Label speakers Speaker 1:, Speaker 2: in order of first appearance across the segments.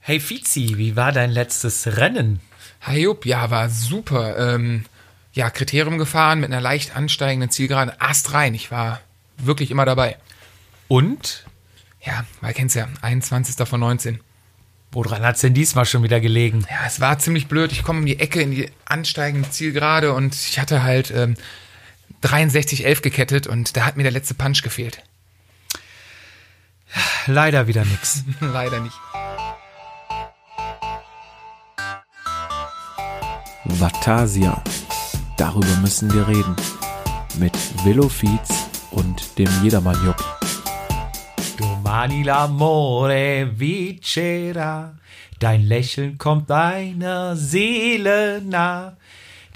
Speaker 1: Hey Fizi, wie war dein letztes Rennen?
Speaker 2: Hajup, ja, war super. Ähm, ja, Kriterium gefahren mit einer leicht ansteigenden Zielgerade. Ast rein. Ich war wirklich immer dabei.
Speaker 1: Und?
Speaker 2: Ja, weil kennst ja, 21. von 19.
Speaker 1: Woran hat's denn diesmal schon wieder gelegen?
Speaker 2: Ja, es war ziemlich blöd. Ich komme um die Ecke in die ansteigende Zielgerade und ich hatte halt ähm, 63-11 gekettet und da hat mir der letzte Punch gefehlt.
Speaker 1: Leider wieder nix.
Speaker 2: Leider nicht.
Speaker 3: Vatasia. Darüber müssen wir reden. Mit Willow Feeds und dem Jedermann Jupp.
Speaker 1: Domani l'amore vincera, dein Lächeln kommt deiner Seele nah.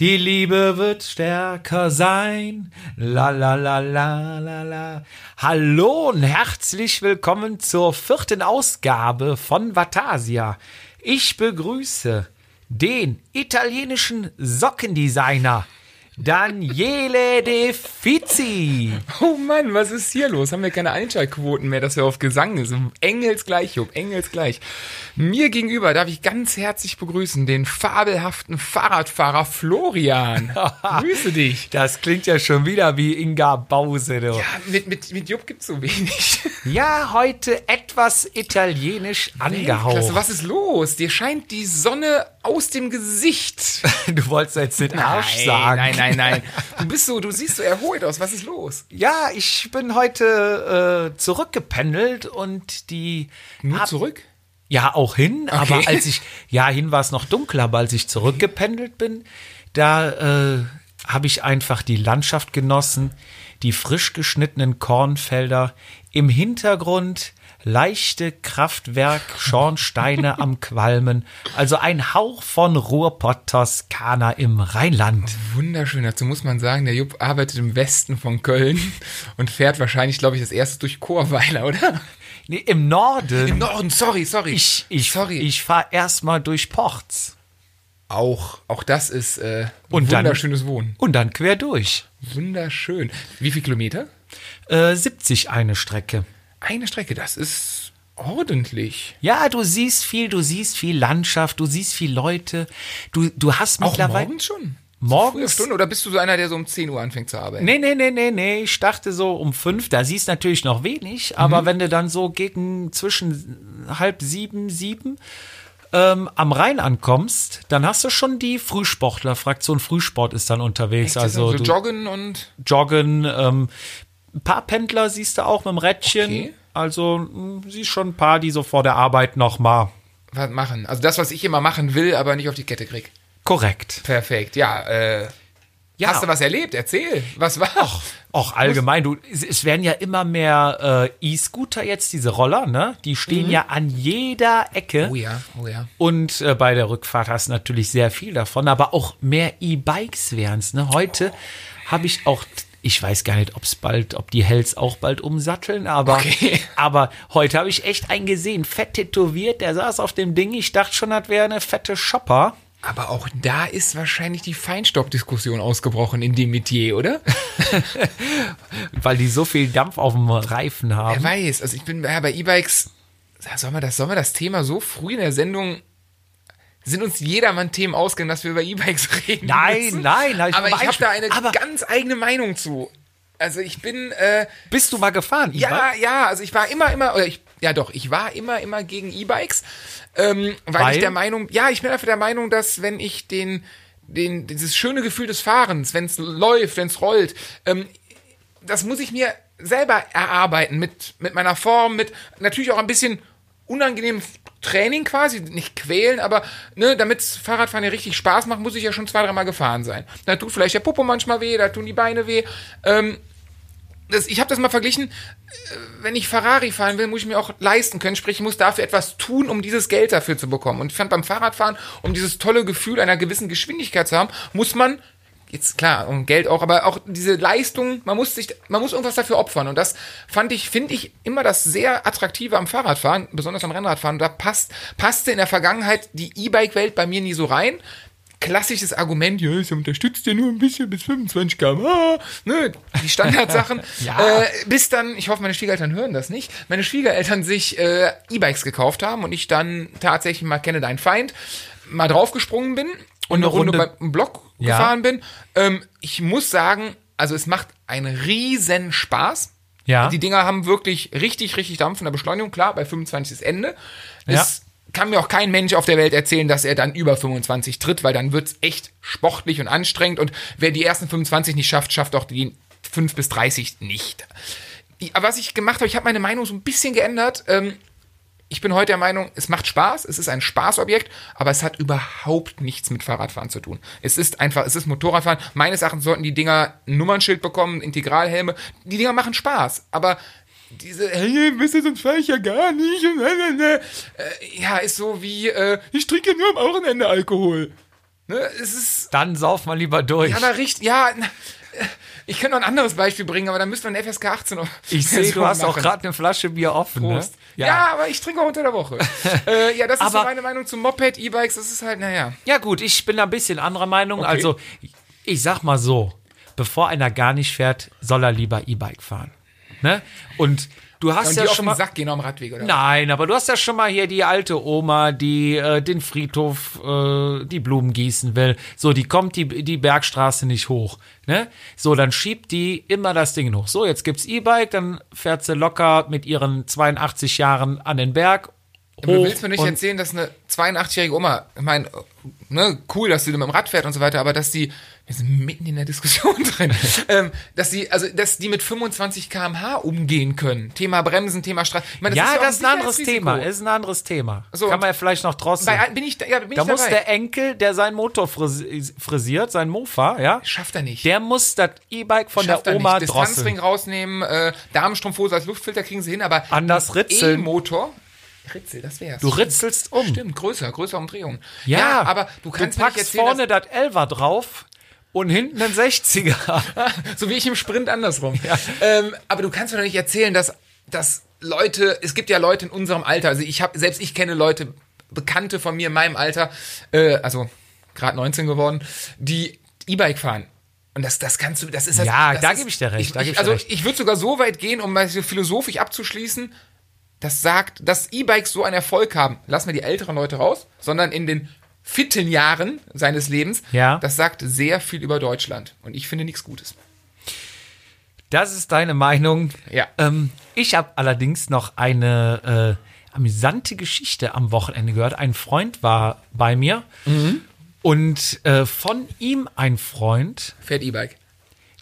Speaker 1: Die Liebe wird stärker sein. La la la la la la. Hallo und herzlich willkommen zur vierten Ausgabe von Vatasia. Ich begrüße den italienischen Sockendesigner Daniele De Fizi.
Speaker 2: Oh Mann, was ist hier los? Haben wir keine Einschaltquoten mehr, dass wir auf Gesang sind? Engelsgleich, Jupp, engelsgleich. Mir gegenüber darf ich ganz herzlich begrüßen den fabelhaften Fahrradfahrer Florian. Grüße dich.
Speaker 1: Das klingt ja schon wieder wie Inga Bause. Du.
Speaker 2: Ja, mit, mit, mit Jupp gibt's so wenig.
Speaker 1: Ja, heute etwas italienisch
Speaker 2: Klasse,
Speaker 1: angehaucht.
Speaker 2: was ist los? Dir scheint die Sonne aus dem Gesicht.
Speaker 1: Du wolltest jetzt den Arsch sagen.
Speaker 2: Nein, nein, nein. Du bist so, du siehst so erholt aus. Was ist los?
Speaker 1: Ja, ich bin heute äh, zurückgependelt und die.
Speaker 2: Nur
Speaker 1: hab-
Speaker 2: zurück?
Speaker 1: Ja, auch hin,
Speaker 2: Okay.
Speaker 1: aber als ich, ja, hin war es noch dunkler, aber als ich zurückgependelt bin, da äh, habe ich einfach die Landschaft genossen, die frisch geschnittenen Kornfelder, im Hintergrund leichte Kraftwerk, Schornsteine am Qualmen, also ein Hauch von Ruhrpott-Toskana im Rheinland.
Speaker 2: Wunderschön. Dazu muss man sagen, der Jupp arbeitet im Westen von Köln und fährt wahrscheinlich, glaube ich, das erste durch Chorweiler, oder?
Speaker 1: Nee, Im Norden,
Speaker 2: Im Norden, sorry, sorry.
Speaker 1: ich, ich,
Speaker 2: sorry.
Speaker 1: ich fahre erstmal durch Porz
Speaker 2: auch, auch das ist äh,
Speaker 1: Und dann-
Speaker 2: wunderschönes Wohnen.
Speaker 1: und dann quer durch.
Speaker 2: Wunderschön. Wie viel Kilometer?
Speaker 1: Äh, 70 eine Strecke.
Speaker 2: Eine Strecke, das ist ordentlich.
Speaker 1: Ja, du siehst viel, du siehst viel Landschaft, du siehst viel Leute. Du, du hast
Speaker 2: Auch
Speaker 1: mittlerweile.
Speaker 2: morgens schon? Frühe
Speaker 1: Morgens?
Speaker 2: Stunde? Oder bist du so einer, der so um 10 Uhr anfängt zu arbeiten?
Speaker 1: Nee, nee, nee, nee, nee. Ich dachte so um fünf, da siehst natürlich noch wenig,
Speaker 2: Mhm.
Speaker 1: aber wenn du dann so gegen zwischen halb sieben, sieben ähm, am Rhein ankommst, dann hast du schon die Frühsportler. Fraktion Frühsport ist dann unterwegs.
Speaker 2: Echt, das ist
Speaker 1: also
Speaker 2: so
Speaker 1: du
Speaker 2: joggen und
Speaker 1: joggen. Ähm, ein paar Pendler siehst du auch mit dem Rädchen.
Speaker 2: Okay.
Speaker 1: Also mh, siehst schon ein paar, die so vor der Arbeit noch mal.
Speaker 2: was machen. Also das, was ich immer machen will, aber nicht auf die Kette krieg.
Speaker 1: Korrekt.
Speaker 2: Perfekt, ja. Äh,
Speaker 1: Ja.
Speaker 2: Hast du was erlebt? Erzähl. Was war?
Speaker 1: Auch allgemein, du, es, es werden ja immer mehr äh, E-Scooter jetzt, diese Roller, ne? Die stehen ja an jeder Ecke.
Speaker 2: Mhm. Oh ja, oh ja.
Speaker 1: Und äh, bei der Rückfahrt hast du natürlich sehr viel davon, aber auch mehr E-Bikes wären's, ne? Heute habe ich auch, ich weiß gar nicht, ob's bald, ob die Hells auch bald umsatteln, aber,
Speaker 2: Okay.
Speaker 1: aber heute habe ich echt einen gesehen, fett tätowiert, der saß auf dem Ding, ich dachte schon, das wäre eine fette Shopper.
Speaker 2: Aber auch da ist wahrscheinlich die Feinstaubdiskussion ausgebrochen in dem Metier, oder?
Speaker 1: Weil die so viel Dampf auf dem Reifen haben.
Speaker 2: Wer weiß, also ich bin ja, bei E-Bikes, ja, sollen wir, das, sollen wir das Thema so früh in der Sendung, sind uns jedermann Themen ausgegangen, dass wir über E-Bikes reden
Speaker 1: Nein,
Speaker 2: müssen?
Speaker 1: nein, nein, ich
Speaker 2: aber ich
Speaker 1: meine-
Speaker 2: habe da eine
Speaker 1: aber-
Speaker 2: ganz eigene Meinung zu. Also ich bin, äh,
Speaker 1: Bist du mal gefahren? Ivan?
Speaker 2: ja, ja, also ich war immer, immer, oder ich, ja doch, ich war immer, immer gegen E-Bikes, ähm, weil,
Speaker 1: Weil?
Speaker 2: ich der Meinung, ja, ich bin einfach der Meinung, dass wenn ich den, den, dieses schöne Gefühl des Fahrens, wenn es läuft, wenn es rollt, ähm, das muss ich mir selber erarbeiten mit, mit meiner Form, mit natürlich auch ein bisschen unangenehmem Training quasi, nicht quälen, aber ne, damit Fahrradfahren ja richtig Spaß macht, muss ich ja schon zwei, dreimal gefahren sein. Da tut vielleicht der Popo manchmal weh, da tun die Beine weh. Ähm, das, ich habe das mal verglichen, äh, wenn ich Ferrari fahren will, muss ich mir auch leisten können, sprich, ich muss dafür etwas tun, um dieses Geld dafür zu bekommen. Und ich fand beim Fahrradfahren, um dieses tolle Gefühl einer gewissen Geschwindigkeit zu haben, muss man jetzt klar um Geld auch, aber auch diese Leistung, man muss sich, man muss irgendwas dafür opfern. Und das fand ich, finde ich immer das sehr attraktive am Fahrradfahren, besonders am Rennradfahren. Da passt, passte in der Vergangenheit die E-Bike-Welt bei mir nie so rein. klassisches Argument, ja, es unterstützt ja nur ein bisschen bis 25 km/h, ne, die Standardsachen.
Speaker 1: Ja.
Speaker 2: äh, bis dann, ich hoffe, meine Schwiegereltern hören das nicht, meine Schwiegereltern sich äh, E-Bikes gekauft haben und ich dann tatsächlich mal kenne dein Feind, mal draufgesprungen bin und
Speaker 1: eine
Speaker 2: eine Runde,
Speaker 1: Runde-
Speaker 2: beim Block
Speaker 1: Ja.
Speaker 2: gefahren bin. Ähm, ich muss sagen, also es macht einen riesen Spaß.
Speaker 1: Ja.
Speaker 2: Die Dinger haben wirklich richtig, richtig Dampf in der Beschleunigung. Klar, bei 25 ist Ende.
Speaker 1: Ja.
Speaker 2: Es kann mir auch kein Mensch auf der Welt erzählen, dass er dann über 25 tritt, weil dann wird's echt sportlich und anstrengend. Und wer die ersten 25 nicht schafft, schafft auch die 5 bis 30 nicht. Die- Aber was ich gemacht habe, ich habe meine Meinung so ein bisschen geändert. Ähm, ich bin heute der Meinung, es macht Spaß, es ist ein Spaßobjekt, aber es hat überhaupt nichts mit Fahrradfahren zu tun. Es ist einfach, es ist Motorradfahren. Meines Erachtens sollten die Dinger ein Nummernschild bekommen, Integralhelme. Die Dinger machen Spaß, aber diese, hey, wisst ihr, sonst fahre ich ja gar nicht. und, äh, äh, äh, Ja, ist so wie, äh, ich trinke nur am Wochenende Alkohol. Ne? Es ist,
Speaker 1: Dann sauf mal lieber durch.
Speaker 2: ja, aber richtig, ja, na, äh, ich könnte noch ein anderes Beispiel bringen, aber dann müssen wir einen FSK 18 auf.
Speaker 1: ich sehe, du hast auch
Speaker 2: machen.
Speaker 1: gerade eine Flasche Bier offen. Ne?
Speaker 2: Prost. Ja. aber ich trinke auch unter der Woche. äh, ja, das ist so
Speaker 1: Aber-
Speaker 2: meine Meinung zum Moped, E-Bikes, das ist halt, naja.
Speaker 1: Ja, gut, ich bin da ein bisschen anderer Meinung. Also, ich sag mal so: Bevor einer gar nicht fährt, soll er lieber E-Bike fahren. Ne? Und du hast
Speaker 2: Und
Speaker 1: ja,
Speaker 2: die auf
Speaker 1: schon
Speaker 2: den
Speaker 1: mal.
Speaker 2: Sack gehen am Radweg, oder?
Speaker 1: Nein, aber du hast ja schon mal hier die alte Oma, die äh, den Friedhof, äh, die Blumen gießen will. So, die kommt die, die Bergstraße nicht hoch. Ne? So, dann schiebt die immer das Ding hoch. So, jetzt gibt's E-Bike, dann fährt sie locker mit ihren 82 Jahren an den Berg. Hoch
Speaker 2: Du willst mir nicht
Speaker 1: und-
Speaker 2: erzählen, dass eine 82-jährige Oma, ich meine, ne, cool, dass sie mit dem Rad fährt und so weiter, aber dass die, wir sind mitten in der Diskussion drin, ähm, dass die, also, dass die mit 25 km/h umgehen können. Thema Bremsen, Thema Straße. Ich meine,
Speaker 1: Ja,
Speaker 2: auch
Speaker 1: das ist ein anderes
Speaker 2: Sicherheitsrisiko.
Speaker 1: Thema. Ist ein anderes Thema.
Speaker 2: So,
Speaker 1: Kann
Speaker 2: und-
Speaker 1: man ja vielleicht noch draußen.
Speaker 2: Bei, bin ich, da- ja, bin ich
Speaker 1: Da
Speaker 2: dabei.
Speaker 1: muss der Enkel, der seinen Motor fris- frisiert, sein Mofa, ja,
Speaker 2: Schafft er nicht.
Speaker 1: der muss das E-Bike von
Speaker 2: Schafft
Speaker 1: der
Speaker 2: er
Speaker 1: Oma
Speaker 2: nicht. Distanzring
Speaker 1: drosseln.
Speaker 2: rausnehmen, äh, Darmstrumpfhose als Luftfilter kriegen sie hin, aber
Speaker 1: Anders ritzeln.
Speaker 2: E-Motor. Ritzel, das wär's.
Speaker 1: Du ritzelst um.
Speaker 2: Stimmt, größer, größere Umdrehung.
Speaker 1: Ja,
Speaker 2: aber du kannst
Speaker 1: du
Speaker 2: mir nicht
Speaker 1: packst
Speaker 2: erzählen,
Speaker 1: vorne das Elfer drauf und hinten den 60er.
Speaker 2: dass, so wie ich im Sprint andersrum. Ähm, aber du kannst mir doch nicht erzählen, dass, dass Leute, es gibt ja Leute in unserem Alter, also ich habe, selbst ich kenne Leute, Bekannte von mir in meinem Alter, äh, also gerade 19 geworden, die E-Bike fahren. Und das, das kannst du, das ist das,
Speaker 1: Ja,
Speaker 2: das
Speaker 1: da
Speaker 2: ist-
Speaker 1: gebe ich dir recht,
Speaker 2: Ich,
Speaker 1: da
Speaker 2: ich,
Speaker 1: gebe ich dir
Speaker 2: also
Speaker 1: recht.
Speaker 2: ich würde sogar so weit gehen, um mal so philosophisch abzuschließen, das sagt, dass E-Bikes so einen Erfolg haben, lassen wir die älteren Leute raus, sondern in den fitten Jahren seines Lebens,
Speaker 1: Ja.
Speaker 2: das sagt sehr viel über Deutschland. Und ich finde nichts Gutes.
Speaker 1: Das ist deine Meinung.
Speaker 2: Ja.
Speaker 1: Ähm, ich habe allerdings noch eine äh, amüsante Geschichte am Wochenende gehört. Ein Freund war bei mir und äh, von ihm ein Freund,
Speaker 2: Fährt E-Bike.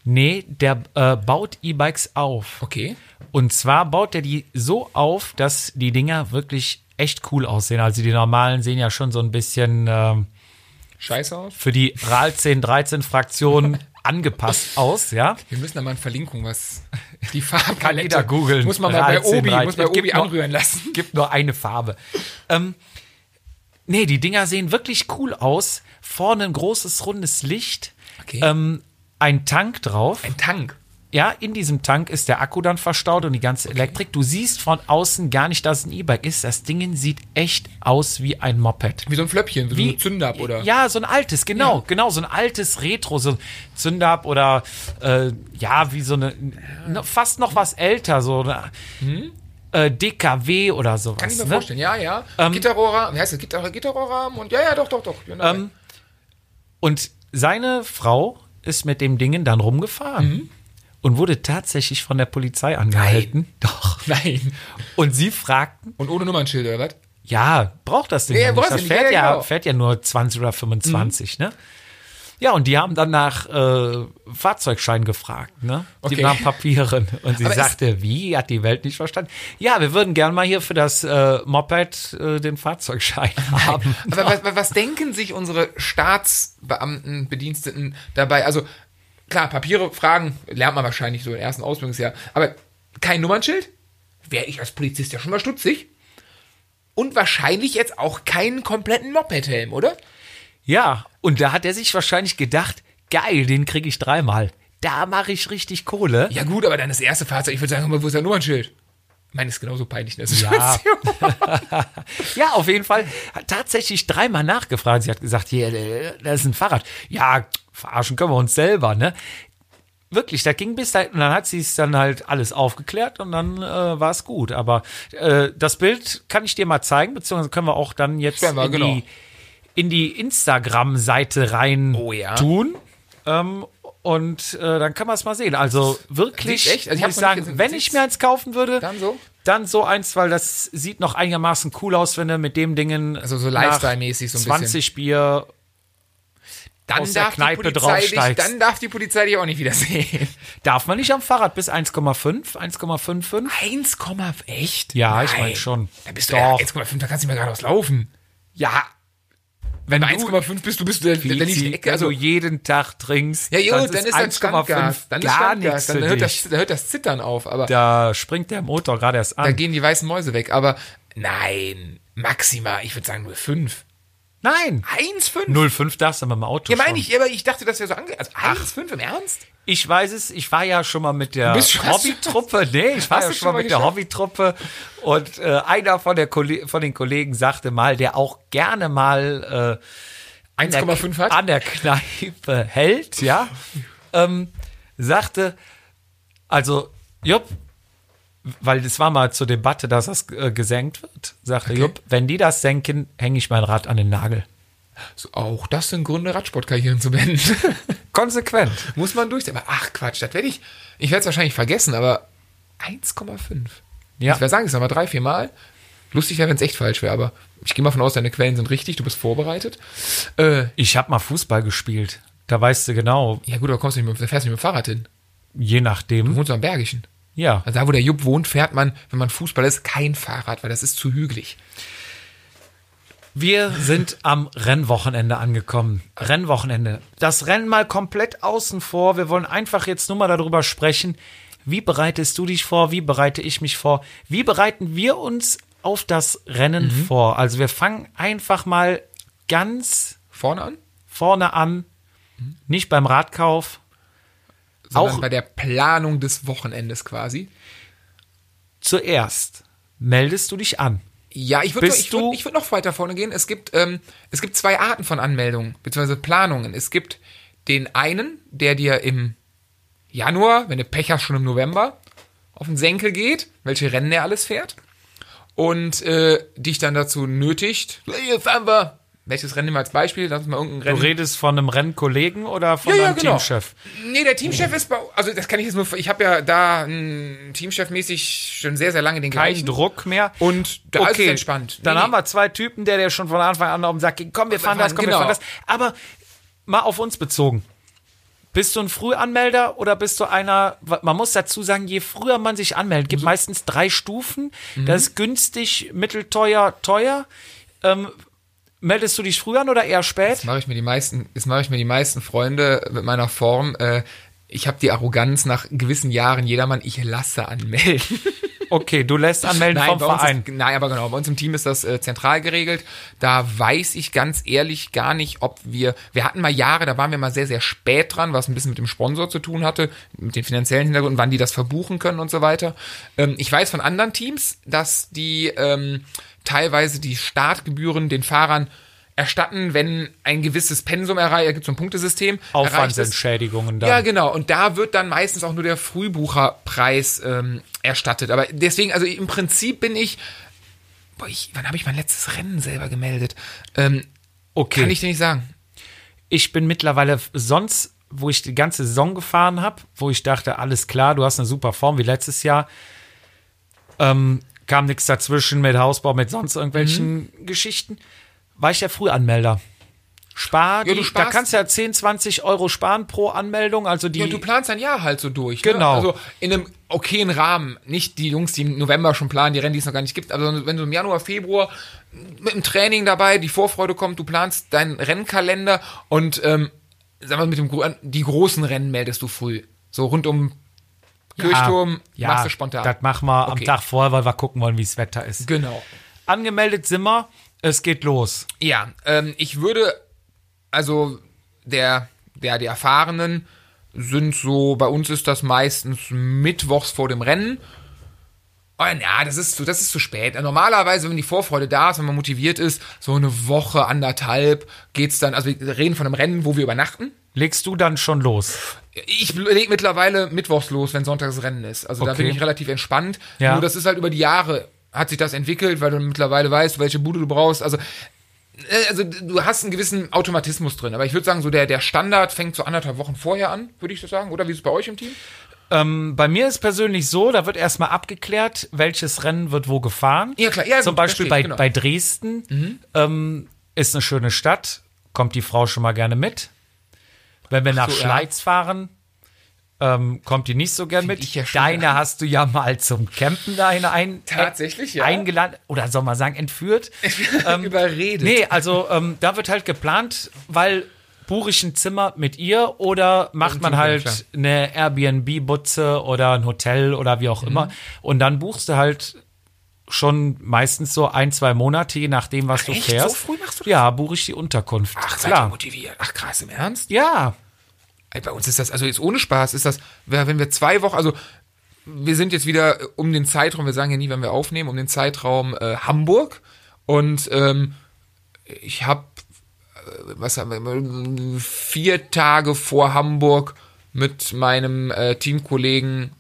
Speaker 1: nee, der äh, baut E-Bikes auf.
Speaker 2: Okay.
Speaker 1: Und zwar baut er die so auf, dass die Dinger wirklich echt cool aussehen. Also die normalen sehen ja schon so ein bisschen ähm,
Speaker 2: Scheiße aus.
Speaker 1: für die RAL 1013-Fraktion angepasst aus, ja.
Speaker 2: Wir müssen da mal eine Verlinkung, was die Farbpalette.
Speaker 1: jeder googeln.
Speaker 2: Muss man mal bei
Speaker 1: 13,
Speaker 2: Obi, muss bei
Speaker 1: 13.
Speaker 2: Obi
Speaker 1: Gibt noch-
Speaker 2: anrühren lassen.
Speaker 1: Gibt nur eine Farbe. Ähm, nee, die Dinger sehen wirklich cool aus. Vorne ein großes rundes Licht.
Speaker 2: Okay.
Speaker 1: Ähm, ein Tank drauf.
Speaker 2: Ein Tank.
Speaker 1: Ja, in diesem Tank ist der Akku dann verstaut und die ganze Elektrik. Du siehst von außen gar nicht, dass es ein E-Bike ist. Das Ding sieht echt aus wie ein Moped.
Speaker 2: Wie so ein Flöppchen, wie, so ein Zündab oder.
Speaker 1: Ja, so ein altes, genau, genau, so ein altes Retro, so ein Zündab oder äh, ja, wie so eine, ne, fast noch was älter, so eine äh, DKW oder sowas.
Speaker 2: Hm? Kann ich mir
Speaker 1: ne?
Speaker 2: vorstellen, ja, ja. Gitterrohrrahmen, wie heißt das? Gitter Gitterrohrrahmen und ja, ja, doch, doch, doch. Genau.
Speaker 1: Ähm, Und seine Frau ist mit dem Dingen dann rumgefahren
Speaker 2: Mhm.
Speaker 1: und wurde tatsächlich von der Polizei angehalten. Doch.
Speaker 2: Nein.
Speaker 1: Und sie fragten,
Speaker 2: Und ohne Nummernschild, oder was?
Speaker 1: ja, braucht das Ding
Speaker 2: Nee,
Speaker 1: ja
Speaker 2: braucht
Speaker 1: nicht. Das
Speaker 2: sie nicht,
Speaker 1: fährt,
Speaker 2: ja,
Speaker 1: ja,
Speaker 2: genau. Mhm.
Speaker 1: fährt ja nur 20 oder 25, ne? Ja, und die haben dann nach äh, Fahrzeugschein gefragt, ne? Die
Speaker 2: Okay.
Speaker 1: nach Papieren. Und sie
Speaker 2: Aber ist-
Speaker 1: sagte, wie? Hat die Welt nicht verstanden? Ja, wir würden gern mal hier für das äh, Moped äh, den Fahrzeugschein haben.
Speaker 2: Aber was, was- was denken sich unsere Staatsbeamten, Bediensteten dabei? Also, klar, Papiere, Fragen lernt man wahrscheinlich so im ersten Ausbildungsjahr. Aber kein Nummernschild? Wäre ich als Polizist ja schon mal stutzig. Und wahrscheinlich jetzt auch keinen kompletten Mopedhelm, oder?
Speaker 1: Ja, und da hat er sich wahrscheinlich gedacht, geil, den kriege ich dreimal. Da mache ich richtig Kohle.
Speaker 2: Ja gut, aber dann das erste Fahrzeug, ich würde sagen, wo ist dein Nummernschild? Meine ist genauso peinlich in der
Speaker 1: Ja.
Speaker 2: Situation.
Speaker 1: Ja, auf jeden Fall. Hat tatsächlich dreimal nachgefragt. Sie hat gesagt, hier, äh, das ist ein Fahrrad. Ja, verarschen können wir uns selber, ne? Wirklich, da ging bis dahin, und dann hat sie es dann halt alles aufgeklärt und dann äh, war es gut. Aber äh, das Bild kann ich dir mal zeigen, beziehungsweise können wir auch dann jetzt
Speaker 2: Können wir,
Speaker 1: in,
Speaker 2: genau.
Speaker 1: die, in die Instagram-Seite rein
Speaker 2: Oh ja.
Speaker 1: tun. Ähm, und äh, dann kann man es mal sehen. Also wirklich,
Speaker 2: Sieht echt- also ich
Speaker 1: muss ich
Speaker 2: hab's noch nicht
Speaker 1: sagen,
Speaker 2: gesehen.
Speaker 1: wenn
Speaker 2: Sieht's-
Speaker 1: ich mir eins kaufen würde,
Speaker 2: Dann so?
Speaker 1: dann so eins, weil das sieht noch einigermaßen cool aus, wenn du mit dem Dingen
Speaker 2: Also so
Speaker 1: nach
Speaker 2: Lifestyle-mäßig so ein
Speaker 1: 20 Bier.
Speaker 2: Dann
Speaker 1: Aus der
Speaker 2: darf, die
Speaker 1: Kneipe
Speaker 2: Polizei dich,
Speaker 1: draufsteigst.
Speaker 2: dann darf die Polizei dich auch nicht wiedersehen.
Speaker 1: Darf man nicht am Fahrrad bis 1,5? 1,55?
Speaker 2: 1,5 echt?
Speaker 1: Ja, ich
Speaker 2: Nein.
Speaker 1: mein schon.
Speaker 2: Da bist du ja
Speaker 1: Doch.
Speaker 2: 1,5, da kannst du nicht mehr geradeaus laufen. Ja. Wenn du 1,5 bist, du bist der, der, der liegt in die
Speaker 1: Easy,
Speaker 2: Ecke.
Speaker 1: wenn du
Speaker 2: Also,
Speaker 1: jeden Tag trinkst,
Speaker 2: ja, jo,
Speaker 1: dann,
Speaker 2: dann
Speaker 1: ist
Speaker 2: ist dann
Speaker 1: 1,5
Speaker 2: Standgas. Dann ist
Speaker 1: gar nichts
Speaker 2: Standgas.
Speaker 1: für
Speaker 2: Dann hört
Speaker 1: dich.
Speaker 2: das, da hört das Zittern auf. Aber
Speaker 1: Da springt der Motor gerade erst
Speaker 2: da
Speaker 1: an.
Speaker 2: gehen die weißen Mäuse weg. Aber nein, maximal, ich würde sagen 0,5.
Speaker 1: Nein,
Speaker 2: 1,5?
Speaker 1: 0,5 darfst du mit dem Auto
Speaker 2: Ja, meine
Speaker 1: schon.
Speaker 2: ich, aber ich dachte, das wäre so ange... Also 1,5 im Ernst?
Speaker 1: Ich weiß es, ich war ja schon mal mit der
Speaker 2: bist schon-
Speaker 1: Hobbytruppe. Nee, ich war
Speaker 2: Hast
Speaker 1: ja
Speaker 2: du
Speaker 1: schon mal mit der
Speaker 2: geschafft?
Speaker 1: Hobbytruppe. Und äh, einer von, der Kolle von den Kollegen sagte mal, der auch gerne mal äh, an, der,
Speaker 2: 1,5 hat?
Speaker 1: an der Kneipe hält, ja, ähm, sagte, also, Jupp, weil das war mal zur Debatte, dass das äh, gesenkt wird, sagte Jupp, wenn die das senken, hänge ich mein Rad an den Nagel.
Speaker 2: So, auch das sind Gründe, Radsportkarrieren zu beenden.
Speaker 1: Konsequent.
Speaker 2: Muss man durchziehen. Aber ach Quatsch, das werde ich. Ich werde es wahrscheinlich vergessen, aber 1,5.
Speaker 1: Ja.
Speaker 2: Ich werde sagen, es nochmal drei, vier Mal. Lustig wäre, wenn es echt falsch wäre, aber ich gehe mal von aus, deine Quellen sind richtig, du bist vorbereitet. Äh,
Speaker 1: Ich habe mal Fußball gespielt. Da weißt du genau,
Speaker 2: ja gut, aber kommst du nicht mit, da fährst du nicht mit dem Fahrrad hin.
Speaker 1: je
Speaker 2: Du
Speaker 1: nachdem.
Speaker 2: wohnst am Bergischen.
Speaker 1: Ja.
Speaker 2: Also da, wo der Jupp wohnt, fährt man, wenn man Fußball ist, kein Fahrrad, weil das ist zu hügelig.
Speaker 1: Wir sind am Rennwochenende angekommen. Rennwochenende. Das Rennen mal komplett außen vor. Wir wollen einfach jetzt nur mal darüber sprechen. Wie bereitest du dich vor? Wie bereite ich mich vor? Wie bereiten wir uns auf das Rennen vor? Also wir fangen einfach mal ganz
Speaker 2: Vorne an,
Speaker 1: vorne an. Nicht beim Radkauf.
Speaker 2: sondern
Speaker 1: Auch-
Speaker 2: bei der Planung des Wochenendes quasi.
Speaker 1: Zuerst meldest du dich an.
Speaker 2: Ja, ich würde
Speaker 1: Bist
Speaker 2: ich würd,
Speaker 1: du-
Speaker 2: ich würd noch weiter vorne gehen. Es gibt, ähm, es gibt zwei Arten von Anmeldungen, beziehungsweise Planungen. Es gibt den einen, der dir im Januar, wenn du Pech hast, schon im November, auf den Senkel geht, welche Rennen er alles fährt. Und äh, dich dann dazu nötigt, hier fahren wir. Welches Rennen nehmen wir als Beispiel? Lass uns mal irgendein
Speaker 1: Du
Speaker 2: Rennen. genau.
Speaker 1: redest von einem Rennkollegen oder von deinem Teamchef?
Speaker 2: Nee, der Teamchef ist bei, also das kann ich jetzt nur, ich habe ja da mh, teamchefmäßig schon sehr, sehr lange den
Speaker 1: kein
Speaker 2: gleichen.
Speaker 1: Druck mehr.
Speaker 2: Und da ist es entspannt.
Speaker 1: Dann
Speaker 2: Nee,
Speaker 1: haben
Speaker 2: nee.
Speaker 1: wir zwei Typen, der der schon von Anfang an auf den Sack ging. Komm, wir fahren das, komm, wir
Speaker 2: Genau.
Speaker 1: fahren das. Aber mal auf uns bezogen. Bist du ein Frühanmelder oder bist du einer, wa- man muss dazu sagen, je früher man sich anmeldet, gibt meistens drei Stufen. Das ist günstig, mittelteuer, teuer. Ähm, meldest du dich früh an oder eher spät?
Speaker 2: Jetzt mache ich mir die meisten, jetzt mache ich mir die meisten Freunde mit meiner Form. Äh, ich habe die Arroganz nach gewissen Jahren jedermann, ich lasse anmelden.
Speaker 1: Okay, du lässt anmelden vom
Speaker 2: bei uns
Speaker 1: Verein.
Speaker 2: Ist, nein, aber genau, bei uns im Team ist das äh, zentral geregelt. Da weiß ich ganz ehrlich gar nicht, ob wir, wir hatten mal Jahre, da waren wir mal sehr, sehr spät dran, was ein bisschen mit dem Sponsor zu tun hatte, mit den finanziellen Hintergründen, wann die das verbuchen können und so weiter. Ähm, ich weiß von anderen Teams, dass die ähm, teilweise die Startgebühren den Fahrern erstatten, wenn ein gewisses Pensum erreicht, da gibt so ein Punktesystem. erreicht ist.
Speaker 1: Aufwandsentschädigungen dann.
Speaker 2: Ja, genau. Und da wird dann meistens auch nur der Frühbucherpreis ähm, erstattet. Aber deswegen, also im Prinzip bin ich. Boah, ich wann habe ich mein letztes Rennen selber gemeldet? Ähm,
Speaker 1: okay.
Speaker 2: Kann ich dir nicht sagen.
Speaker 1: ich bin mittlerweile f- sonst, wo ich die ganze Saison gefahren habe, wo ich dachte, alles klar, du hast eine super Form wie letztes Jahr, ähm, kam nichts dazwischen mit Hausbau, mit sonst irgendwelchen
Speaker 2: Mhm.
Speaker 1: Geschichten, war ich der Frühanmelder. Spar,
Speaker 2: Ja, du
Speaker 1: die- da
Speaker 2: sparst-
Speaker 1: kannst du ja 10, 20 Euro sparen pro Anmeldung, also die,
Speaker 2: Ja, du planst dein Jahr halt so durch. ne?
Speaker 1: Genau.
Speaker 2: Also in einem okayen Rahmen. Nicht die Jungs, die im November schon planen, die Rennen, die es noch gar nicht gibt. Aber wenn du im Januar, Februar mit dem Training dabei, die Vorfreude kommt, du planst deinen Rennkalender und ähm, sagen wir mit dem Gro- die großen Rennen meldest du früh. So rund um Kirchturm
Speaker 1: Ah, ja,
Speaker 2: machst du spontan.
Speaker 1: das machen wir am
Speaker 2: Okay.
Speaker 1: Tag vorher, weil wir gucken wollen, wie das Wetter ist.
Speaker 2: Genau.
Speaker 1: Angemeldet sind wir, es geht los.
Speaker 2: Ja, ähm, ich würde, also der, der, die Erfahrenen sind so, bei uns ist das meistens mittwochs vor dem Rennen. Oh, na, das ist, zu, das ist zu spät. Normalerweise, wenn die Vorfreude da ist, wenn man motiviert ist, so eine Woche, anderthalb geht's dann. Also wir reden von einem Rennen, wo wir übernachten.
Speaker 1: Legst du dann schon los?
Speaker 2: Ich leg mittlerweile mittwochs los, wenn sonntags Rennen ist. Also da
Speaker 1: Okay.
Speaker 2: bin ich relativ entspannt.
Speaker 1: Ja.
Speaker 2: Nur das ist halt über die Jahre hat sich das entwickelt, weil du mittlerweile weißt, welche Bude du brauchst. Also äh, also du hast einen gewissen Automatismus drin, aber ich würde sagen, so der, der Standard fängt so anderthalb Wochen vorher an, würde ich das sagen, oder wie ist es bei euch im Team?
Speaker 1: Ähm, Bei mir ist persönlich so, da wird erstmal abgeklärt, welches Rennen wird wo gefahren.
Speaker 2: Ja, klar. Ja,
Speaker 1: Zum
Speaker 2: gut,
Speaker 1: Beispiel
Speaker 2: verstehe
Speaker 1: bei,
Speaker 2: ich, genau. Mhm.
Speaker 1: bei Dresden ähm, ist eine schöne Stadt, kommt die Frau schon mal gerne mit. Wenn wir nach
Speaker 2: so, ja.
Speaker 1: Schleiz fahren, ähm, kommt die nicht so gern mit.
Speaker 2: ich ja schon-
Speaker 1: Deine hast du ja mal zum Campen dahin ein,
Speaker 2: Tatsächlich, ja.
Speaker 1: eingeladen oder soll man sagen entführt.
Speaker 2: Überredet.
Speaker 1: Ähm, Nee, also ähm, da wird halt geplant, weil buche ich ein Zimmer mit ihr oder macht man
Speaker 2: Irgendwo,
Speaker 1: halt
Speaker 2: klar.
Speaker 1: eine Airbnb-Butze oder ein Hotel oder wie
Speaker 2: Mhm.
Speaker 1: auch immer. Und dann buchst du halt schon meistens so ein, zwei Monate, je nachdem, was du
Speaker 2: echt? So
Speaker 1: fährst.
Speaker 2: früh machst du das?
Speaker 1: Ja, buche ich die Unterkunft.
Speaker 2: Ach, seid ihr
Speaker 1: klar.
Speaker 2: motiviert. Ach krass, im Ernst?
Speaker 1: Ja,
Speaker 2: Ey, Bei uns ist das, also jetzt ohne Spaß, ist das, wer- wenn wir zwei Wochen, also wir sind jetzt wieder äh, um den Zeitraum, wir sagen ja nie, wenn wir aufnehmen, um den Zeitraum äh, Hamburg und ähm, ich habe, äh, was haben wir, äh, vier Tage vor Hamburg mit meinem äh, Teamkollegen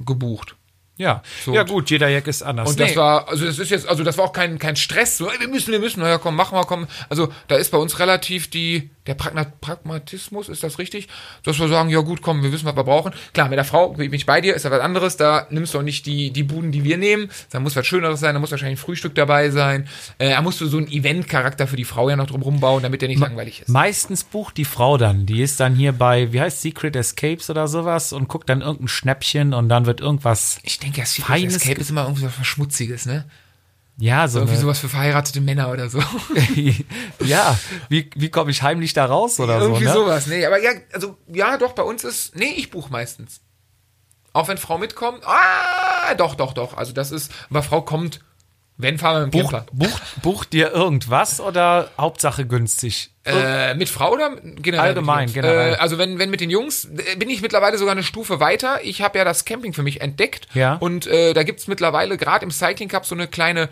Speaker 2: gebucht.
Speaker 1: ja.
Speaker 2: So.
Speaker 1: Ja, gut, jeder Jack ist anders.
Speaker 2: Und das war, also das ist jetzt, also das war auch kein, kein Stress, so, ey, wir müssen, wir müssen, naja, komm, machen wir, komm. Also da ist bei uns relativ die, der Pragna Pragmatismus, ist das richtig? Dass wir sagen, ja gut, komm, wir wissen, was wir brauchen. Klar, mit der Frau bin ich bei dir, ist da was anderes, da nimmst du auch nicht die, die Buden, die wir nehmen. Da muss was Schöneres sein, da muss wahrscheinlich ein Frühstück dabei sein. Äh, da musst du so einen Event-Charakter für die Frau ja noch drum rumbauen, damit der nicht langweilig ist.
Speaker 1: Meistens bucht die Frau dann. Die ist dann hier bei, wie heißt Secret Escapes oder sowas und guckt dann irgendein Schnäppchen und dann wird irgendwas,
Speaker 2: Ich denke, das
Speaker 1: Feines
Speaker 2: Escape ist immer irgendwie was Schmutziges, ne?
Speaker 1: ja, so
Speaker 2: Irgendwie
Speaker 1: eine,
Speaker 2: sowas für verheiratete Männer oder so.
Speaker 1: ja, wie, wie komme ich heimlich da raus oder
Speaker 2: Irgendwie
Speaker 1: so, ne?
Speaker 2: sowas, nee. Aber ja, also, ja, doch, bei uns ist, nee, ich buche meistens. Auch wenn Frau mitkommt, ah, doch, doch, doch. Also das ist, aber Frau kommt, wenn fahren wir mit dem Camper.
Speaker 1: Bucht, bucht, bucht dir irgendwas oder Hauptsache günstig?
Speaker 2: Äh, mit Frau oder generell?
Speaker 1: Allgemein,
Speaker 2: mit den Jungs?
Speaker 1: generell.
Speaker 2: Äh, also wenn, wenn mit den Jungs, äh, bin ich mittlerweile sogar eine Stufe weiter. Ich habe ja das Camping für mich entdeckt.
Speaker 1: Ja.
Speaker 2: Und äh, da gibt's mittlerweile gerade im Cycling Cup so eine kleine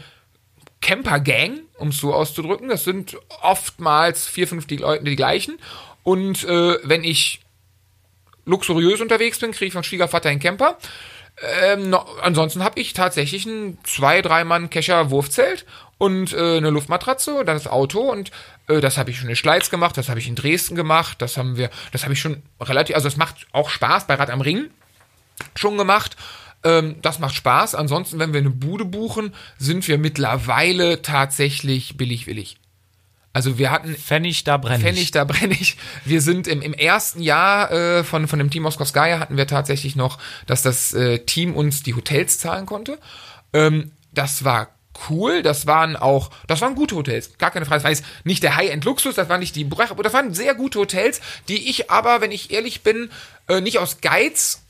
Speaker 2: Camper-Gang, um es so auszudrücken. Das sind oftmals vier, fünf die, Leute, die gleichen. Und äh, wenn ich luxuriös unterwegs bin, kriege ich vom Schwiegervater einen Camper. Ähm, no, ansonsten habe ich tatsächlich ein zwei, drei Mann Kescher Wurfzelt und äh, eine Luftmatratze und dann das Auto und äh, das habe ich schon in Schleiz gemacht, das habe ich in Dresden gemacht, das haben wir, das habe ich schon relativ, also es macht auch Spaß bei Rad am Ring schon gemacht. Ähm, das macht Spaß. Ansonsten, wenn wir eine Bude buchen, sind wir mittlerweile tatsächlich billigwillig. Also wir hatten
Speaker 1: Pfennig, da brenne
Speaker 2: Pfennig,
Speaker 1: ich.
Speaker 2: da brenne ich. Wir sind im, im ersten Jahr äh, von, von dem Team aus Koskaya hatten wir tatsächlich noch, dass das äh, Team uns die Hotels zahlen konnte. Ähm, das war cool, das waren auch, das waren gute Hotels, gar keine Frage. Das war jetzt nicht der High-End-Luxus, das war nicht die Brach, aber das waren sehr gute Hotels, die ich aber, wenn ich ehrlich bin, äh, nicht aus Geiz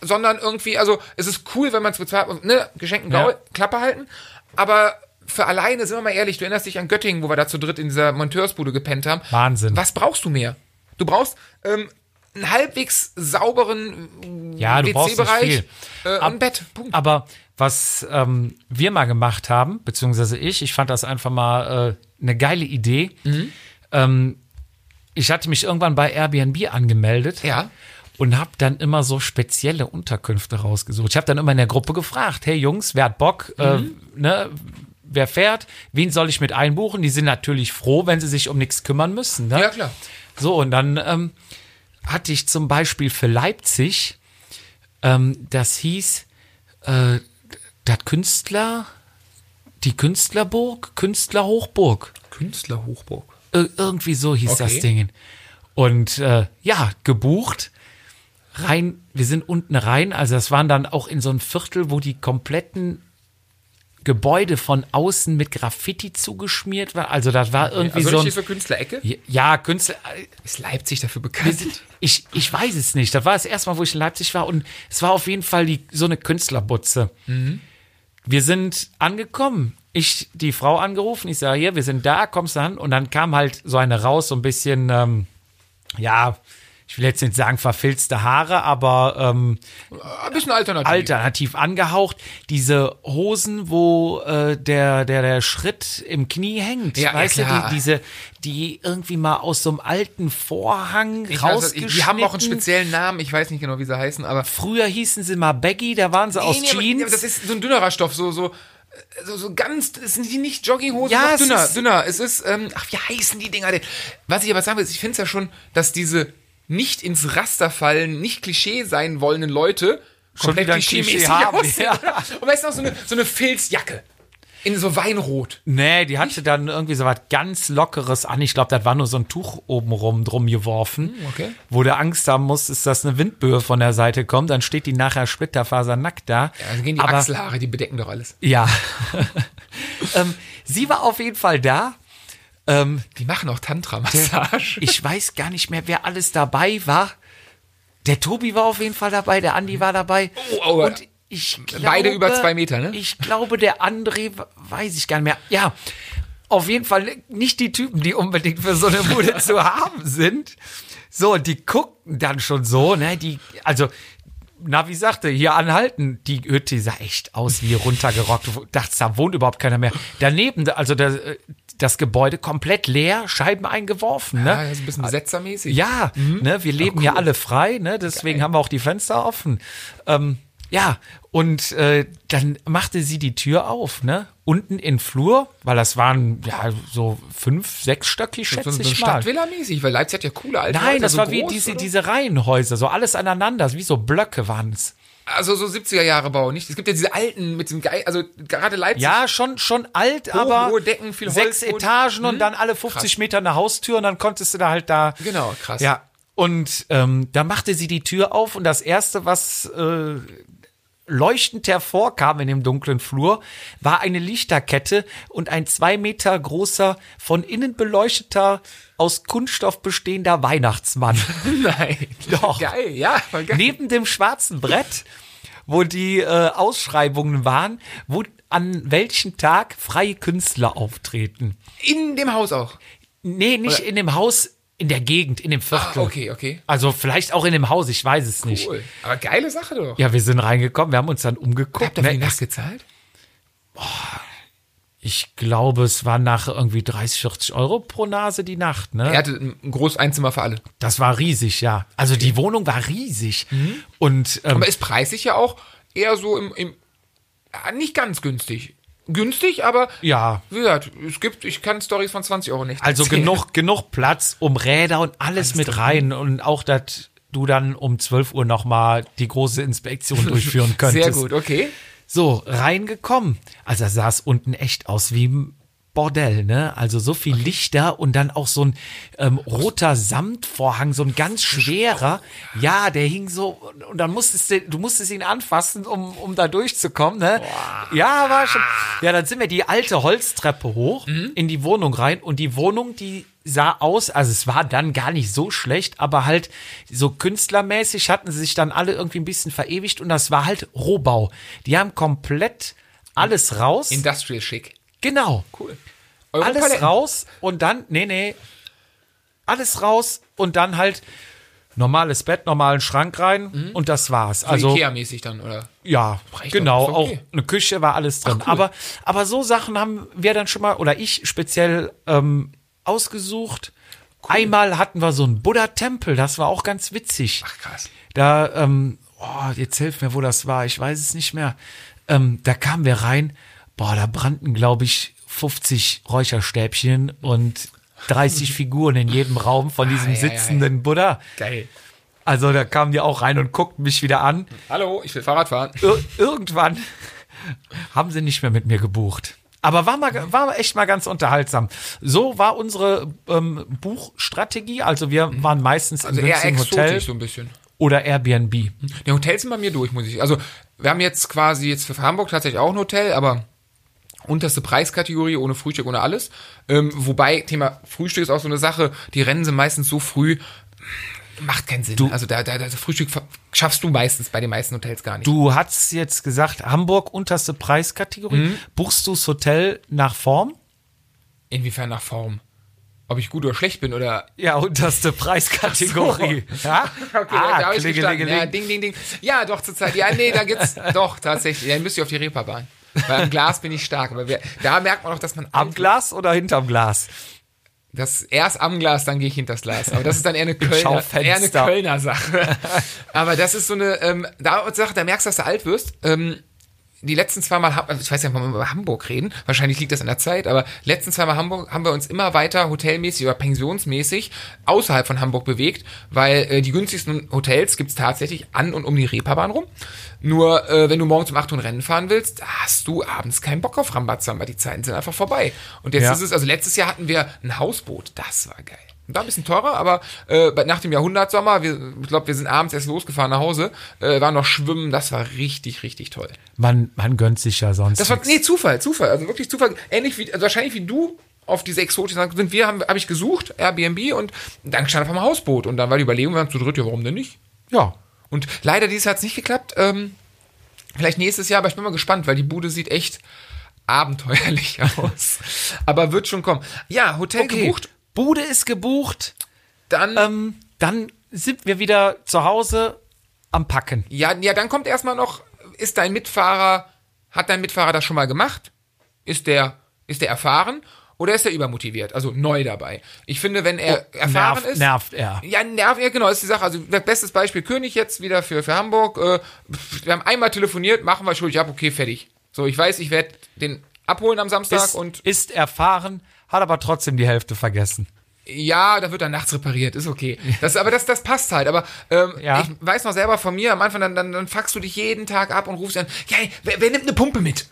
Speaker 2: sondern irgendwie, also es ist cool, wenn man es bezahlt, ne, Geschenken
Speaker 1: Ja.
Speaker 2: Klappe halten, aber für alleine, sind wir mal ehrlich, du erinnerst dich an Göttingen, wo wir da zu dritt in dieser Monteursbude gepennt haben.
Speaker 1: Wahnsinn.
Speaker 2: Was brauchst du mehr? Du brauchst ähm, einen halbwegs sauberen
Speaker 1: Ja, Ah, du brauchst nicht
Speaker 2: WC-Bereich
Speaker 1: viel.
Speaker 2: äh, und
Speaker 1: Ab-
Speaker 2: ein Bett. Punkt.
Speaker 1: Aber was ähm, wir mal gemacht haben, beziehungsweise ich, ich fand das einfach mal äh, eine geile Idee. Ähm, ich hatte mich irgendwann bei Airbnb angemeldet.
Speaker 2: Ja.
Speaker 1: Und habe dann immer so spezielle Unterkünfte rausgesucht. Ich habe dann immer in der Gruppe gefragt, hey Jungs, wer hat Bock? Äh, ne, wer fährt? Wen soll ich mit einbuchen? Die sind natürlich froh, wenn sie sich um nichts kümmern müssen. Ne?
Speaker 2: Ja, klar.
Speaker 1: So, und dann ähm, hatte ich zum Beispiel für Leipzig, ähm, das hieß, äh, das Künstler, die Künstlerburg, Künstlerhochburg.
Speaker 2: Künstlerhochburg.
Speaker 1: Äh, irgendwie so hieß
Speaker 2: Okay.
Speaker 1: das Ding. Und äh, ja, gebucht. Rein, wir sind unten rein, also das waren dann auch in so einem Viertel, wo die kompletten Gebäude von außen mit Graffiti zugeschmiert waren. Also das war irgendwie
Speaker 2: Also
Speaker 1: so ein.
Speaker 2: richtig so Künstlerecke?
Speaker 1: ja, Künstler. äh,
Speaker 2: Ist Leipzig dafür bekannt?
Speaker 1: Ich, ich weiß es nicht. Das war das erste Mal, wo ich in Leipzig war und es war auf jeden Fall die, so eine Künstlerbutze.
Speaker 2: Mhm.
Speaker 1: Wir sind angekommen. Ich die Frau angerufen, ich sage hier, wir sind da, kommst du an? Und dann kam halt so eine raus, so ein bisschen, ähm, ja, ich will jetzt nicht sagen verfilzte Haare, aber ähm,
Speaker 2: Ah, Ein bisschen alternativ.
Speaker 1: alternativ angehaucht. Diese Hosen, wo äh, der, der, der Schritt im Knie hängt.
Speaker 2: Ja, ja,
Speaker 1: weißt
Speaker 2: klar.
Speaker 1: du, die, diese, die irgendwie mal aus so einem alten Vorhang
Speaker 2: Ich weiß, was-
Speaker 1: rausgeschnitten.
Speaker 2: die haben auch einen speziellen Namen, ich weiß nicht genau, wie sie heißen, aber.
Speaker 1: Früher hießen sie mal Baggy, da waren sie aus
Speaker 2: Nee, nee, aber-
Speaker 1: Jeans.
Speaker 2: Aber, das ist so ein dünnerer Stoff, so, so, so, so ganz, es sind die nicht Jogginghosen,
Speaker 1: Ja,
Speaker 2: noch
Speaker 1: es
Speaker 2: dünner,
Speaker 1: ist-
Speaker 2: dünner. Es ist, ähm, ach, wie heißen die Dinger denn? Was ich aber sagen will, ist, ich finde es ja schon, dass diese nicht ins Raster fallen, nicht Klischee sein wollenden Leute
Speaker 1: Schon wieder ein Klischee haben,
Speaker 2: aussehen.
Speaker 1: ja.
Speaker 2: oder? Und weißt du noch, so eine, so eine Filzjacke. In so Weinrot.
Speaker 1: Nee, die hatte dann irgendwie so was ganz Lockeres an. Ich glaube, das war nur so ein Tuch obenrum drum geworfen.
Speaker 2: Hm, okay.
Speaker 1: Wo du Angst haben musst, ist, dass eine Windböe von der Seite kommt. Dann steht die nachher splitterfasernackt da.
Speaker 2: Ja, dann gehen die
Speaker 1: Aber-
Speaker 2: Achselhaare, die bedecken doch alles.
Speaker 1: Ja. ähm, sie war auf jeden Fall da. Ähm,
Speaker 2: Die machen auch Tantra-Massage.
Speaker 1: ich weiß gar nicht mehr, wer alles dabei war. Der Tobi war auf jeden Fall dabei, der Andi war dabei.
Speaker 2: Oh, aua.
Speaker 1: Und ich glaube,
Speaker 2: Beide über zwei Meter, ne?
Speaker 1: Ich glaube, der André, w- weiß ich gar nicht mehr. Ja, auf jeden Fall nicht die Typen, die unbedingt für so eine Bude zu haben sind. So, und die guckten dann schon so, ne? Die, also, Navi sagte, hier anhalten. Die Hütte sah echt aus wie runtergerockt. Du dachtest, da wohnt überhaupt keiner mehr. Daneben, also das, das Gebäude komplett leer, Scheiben eingeworfen, ne?
Speaker 2: Ja, ja, so ein bisschen besetzermäßig.
Speaker 1: Ja,
Speaker 2: Mhm.
Speaker 1: ne, wir leben ja alle frei, ne, deswegen haben wir auch die Fenster offen. Ähm, ja, und äh, dann machte sie die Tür auf, ne? Unten in Flur, weil das waren ja so fünf, sechs Stöckig,
Speaker 2: So,
Speaker 1: schätze
Speaker 2: so
Speaker 1: ich mal.
Speaker 2: Stadtvilla-mäßig, weil Leipzig hat ja coole alte
Speaker 1: Nein,
Speaker 2: Häuser,
Speaker 1: das
Speaker 2: so
Speaker 1: war wie
Speaker 2: groß,
Speaker 1: diese,
Speaker 2: oder?
Speaker 1: diese Reihenhäuser, so alles aneinander, wie so Blöcke waren's.
Speaker 2: Also so 70er Jahre Bau, nicht? Es gibt ja diese alten mit dem Geil, also gerade Leipzig.
Speaker 1: Ja, schon, schon alt, aber
Speaker 2: hohe Decken, viel Hm?
Speaker 1: sechs
Speaker 2: Holzboden.
Speaker 1: Etagen und dann alle 50 Meter eine Haustür und dann konntest du da halt da.
Speaker 2: Genau, krass.
Speaker 1: Ja. Und ähm, da machte sie die Tür auf und das erste, was äh, leuchtend hervorkam in dem dunklen Flur, war eine Lichterkette und ein zwei Meter großer, von innen beleuchteter, aus Kunststoff bestehender Weihnachtsmann.
Speaker 2: Nein.
Speaker 1: Doch.
Speaker 2: Geil, ja, voll geil.
Speaker 1: Neben dem schwarzen Brett, wo die äh, Ausschreibungen waren, wo an welchem Tag freie Künstler auftreten.
Speaker 2: In dem Haus auch.
Speaker 1: Nee, nicht in dem Haus, in der Gegend, in dem Viertel.
Speaker 2: Ah, okay, okay.
Speaker 1: Also vielleicht auch in dem Haus, ich weiß es nicht.
Speaker 2: Cool. Aber geile Sache doch.
Speaker 1: Ja, wir sind reingekommen, wir haben uns dann umgeguckt.
Speaker 2: Habt ihr für die
Speaker 1: ne?
Speaker 2: Nacht gezahlt?
Speaker 1: Ich glaube, es waren nach irgendwie 30, 40 Euro pro Nase die Nacht, ne?
Speaker 2: Er hatte ein ein großes Einzimmer für alle.
Speaker 1: Das war riesig, ja. Also die Wohnung war riesig.
Speaker 2: Mhm.
Speaker 1: Und ähm,
Speaker 2: Aber ist preislich ja auch eher so im, im ah, nicht ganz günstig. Günstig, aber
Speaker 1: ja,
Speaker 2: wie gesagt, es gibt, ich kann Stories von 20 Euro nicht.
Speaker 1: Also
Speaker 2: erzählen.
Speaker 1: genug, genug Platz um Räder und alles mit rein und auch, dass du dann um 12 Uhr nochmal die große Inspektion durchführen könntest.
Speaker 2: Sehr gut, okay.
Speaker 1: So, reingekommen. Also da sah es unten echt aus wie ein Bordell, ne? Also so viel Lichter und dann auch so ein ähm, roter Samtvorhang, so ein ganz schwerer. Ja, der hing so und dann musstest du, du musstest ihn anfassen, um, um da durchzukommen, ne? Ja, war schon. Ja, dann sind wir die alte Holztreppe hoch in die Wohnung rein und die Wohnung, die sah aus, also es war dann gar nicht so schlecht, aber halt so künstlermäßig hatten sie sich dann alle irgendwie ein bisschen verewigt und das war halt Rohbau. Die haben komplett alles raus.
Speaker 2: Industrial schick.
Speaker 1: genau.
Speaker 2: Cool.
Speaker 1: Alles
Speaker 2: Europaletten.
Speaker 1: raus und dann, nee, nee. Alles raus und dann halt normales Bett, normalen Schrank rein und das war's.
Speaker 2: Also
Speaker 1: Also
Speaker 2: Ikea-mäßig dann, oder?
Speaker 1: ja,
Speaker 2: Reicht
Speaker 1: genau.
Speaker 2: doch, ist okay.
Speaker 1: Auch eine Küche war alles drin. Aber aber so Sachen haben wir dann schon mal oder ich speziell ähm, ausgesucht. Einmal hatten wir so einen Buddha-Tempel, das war auch ganz witzig.
Speaker 2: Ach, krass.
Speaker 1: Da, ähm, oh, jetzt hilf mir, wo das war, ich weiß es nicht mehr. Ähm, da kamen wir rein, boah, da brannten, glaube ich, 50 Räucherstäbchen und 30 Figuren in jedem Raum von diesem
Speaker 2: Ei, ei, ei.
Speaker 1: sitzenden Buddha.
Speaker 2: Geil.
Speaker 1: Also da kamen die auch rein und guckten mich wieder an.
Speaker 2: Hallo, ich will Fahrrad fahren.
Speaker 1: Ir irgendwann haben sie nicht mehr mit mir gebucht. Aber war, mal, war echt mal ganz unterhaltsam. So war unsere ähm, Buchstrategie. Also wir waren meistens
Speaker 2: Also
Speaker 1: im
Speaker 2: eher
Speaker 1: günstigen
Speaker 2: exotisch
Speaker 1: Hotel
Speaker 2: so ein bisschen.
Speaker 1: oder Airbnb.
Speaker 2: Die Hotels sind bei mir durch, muss ich. Also wir haben jetzt quasi jetzt für Hamburg tatsächlich auch ein Hotel, aber unterste Preiskategorie ohne Frühstück, ohne alles. Ähm, wobei Thema Frühstück ist auch so eine Sache. Die Rennen sind meistens so früh. Macht keinen Sinn. also da, da, das Frühstück ver- schaffst du meistens bei den meisten Hotels gar nicht.
Speaker 1: Du hast jetzt gesagt, Hamburg unterste
Speaker 2: Mhm.
Speaker 1: Preiskategorie. Buchst du das Hotel nach Form?
Speaker 2: Inwiefern nach Form? Ob ich gut oder schlecht bin oder
Speaker 1: Ja, unterste Preiskategorie. Ja? Ah,
Speaker 2: Okay, da habe ich gestanden. Ja, ding, ding, ding. Ja, doch, zurzeit. Ja, nee, da gibt's doch tatsächlich. Dann müsst ihr auf die Reeperbahn. Weil am Glas bin ich stark. Aber wir, da merkt man auch, dass man
Speaker 1: Am Glas oder hinterm Glas?
Speaker 2: Das erst am Glas, dann gehe ich hinter das Glas. Aber das ist dann eher eine Kölner,
Speaker 1: Schaufenster.
Speaker 2: eher eine Kölner Sache. Aber das ist so eine ähm, da Sache, da merkst du, dass du alt wirst. Ähm, die letzten zwei Mal, hab- also ich weiß ja, ob wir über Hamburg reden, wahrscheinlich liegt das an der Zeit, aber letzten zwei Mal Hamburg haben wir uns immer weiter hotelmäßig oder pensionsmäßig außerhalb von Hamburg bewegt, weil äh, die günstigsten Hotels gibt's tatsächlich an und um die Reeperbahn rum. Nur äh, wenn du morgens um 8 Uhr ein Rennen fahren willst, hast du abends keinen Bock auf Rambazamba, die Zeiten sind einfach vorbei. Und jetzt
Speaker 1: Ja.
Speaker 2: ist es, also letztes Jahr hatten wir ein Hausboot, das war geil. War ein bisschen teurer, aber äh, bei- nach dem Jahrhundertsommer, wir, ich glaube, wir sind abends erst losgefahren nach Hause, äh, war noch schwimmen, das war richtig, richtig toll.
Speaker 1: Man, man gönnt sich ja sonst.
Speaker 2: Das war,
Speaker 1: nix.
Speaker 2: nee, Zufall, Zufall. Also wirklich Zufall. Ähnlich wie, also wahrscheinlich wie du auf diese exotischen Sachen sind. Wir haben, habe ich gesucht, Airbnb und dann stand auf dem Hausboot. Und dann war die Überlegung, wir waren zu dritt, ja, warum denn nicht?
Speaker 1: ja.
Speaker 2: Und leider dieses Jahr hat es nicht geklappt. Ähm, vielleicht nächstes Jahr, aber ich bin mal gespannt, weil die Bude sieht echt abenteuerlich aus. aber wird schon kommen. Ja, Hotel
Speaker 1: Okay.
Speaker 2: gebucht,
Speaker 1: Bude ist gebucht.
Speaker 2: dann,
Speaker 1: Ähm, dann sind wir wieder zu Hause am Packen.
Speaker 2: ja, ja, dann kommt erstmal noch, ist dein Mitfahrer, hat dein Mitfahrer das schon mal gemacht? Ist der, ist der erfahren? Oder ist er übermotiviert, also neu dabei? Ich finde, wenn er
Speaker 1: Oh,
Speaker 2: erfahren
Speaker 1: nervt,
Speaker 2: ist.
Speaker 1: nervt er.
Speaker 2: Ja, nervt, ja, genau, ist die Sache. Also, das bestes Beispiel, König jetzt wieder für, für Hamburg. Äh, pf, wir haben einmal telefoniert, machen wir schuldig ab, okay, fertig. So, ich weiß, ich werde den abholen am Samstag
Speaker 1: Ist,
Speaker 2: und
Speaker 1: ist erfahren, hat aber trotzdem die Hälfte vergessen.
Speaker 2: ja, da wird dann nachts repariert, ist okay. Das, aber das, das passt halt. Aber ähm,
Speaker 1: Ja.
Speaker 2: ich weiß noch selber von mir, am Anfang, dann, dann, dann fuckst du dich jeden Tag ab und rufst an, ja, ey, wer, wer nimmt eine Pumpe mit?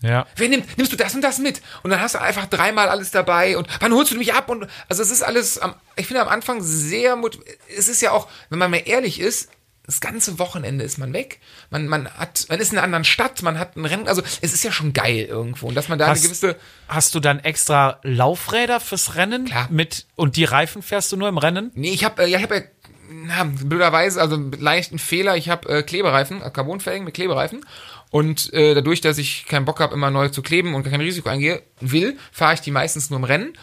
Speaker 1: Ja.
Speaker 2: Wer nimmt, nimmst du das und das mit? Und dann hast du einfach dreimal alles dabei und wann holst du mich ab? Und also es ist alles, am, ich finde am Anfang sehr, mut- es ist ja auch, wenn man mal ehrlich ist, das ganze Wochenende ist man weg. Man, man hat, man ist in einer anderen Stadt, man hat ein Rennen, also es ist ja schon geil irgendwo. Und dass man da eine
Speaker 1: Hast,
Speaker 2: gewisse,
Speaker 1: hast du dann extra Laufräder fürs Rennen?
Speaker 2: Klar.
Speaker 1: Mit, und die Reifen fährst du nur im Rennen?
Speaker 2: Nee, ich habe, äh, ja, ich habe ja, na, blöderweise, also mit leichten Fehler, ich habe äh, Klebereifen, äh, Carbonfelgen mit Klebereifen. Und äh, dadurch, dass ich keinen Bock habe, immer neu zu kleben und kein Risiko eingehe, will, fahre ich die meistens nur im Rennen.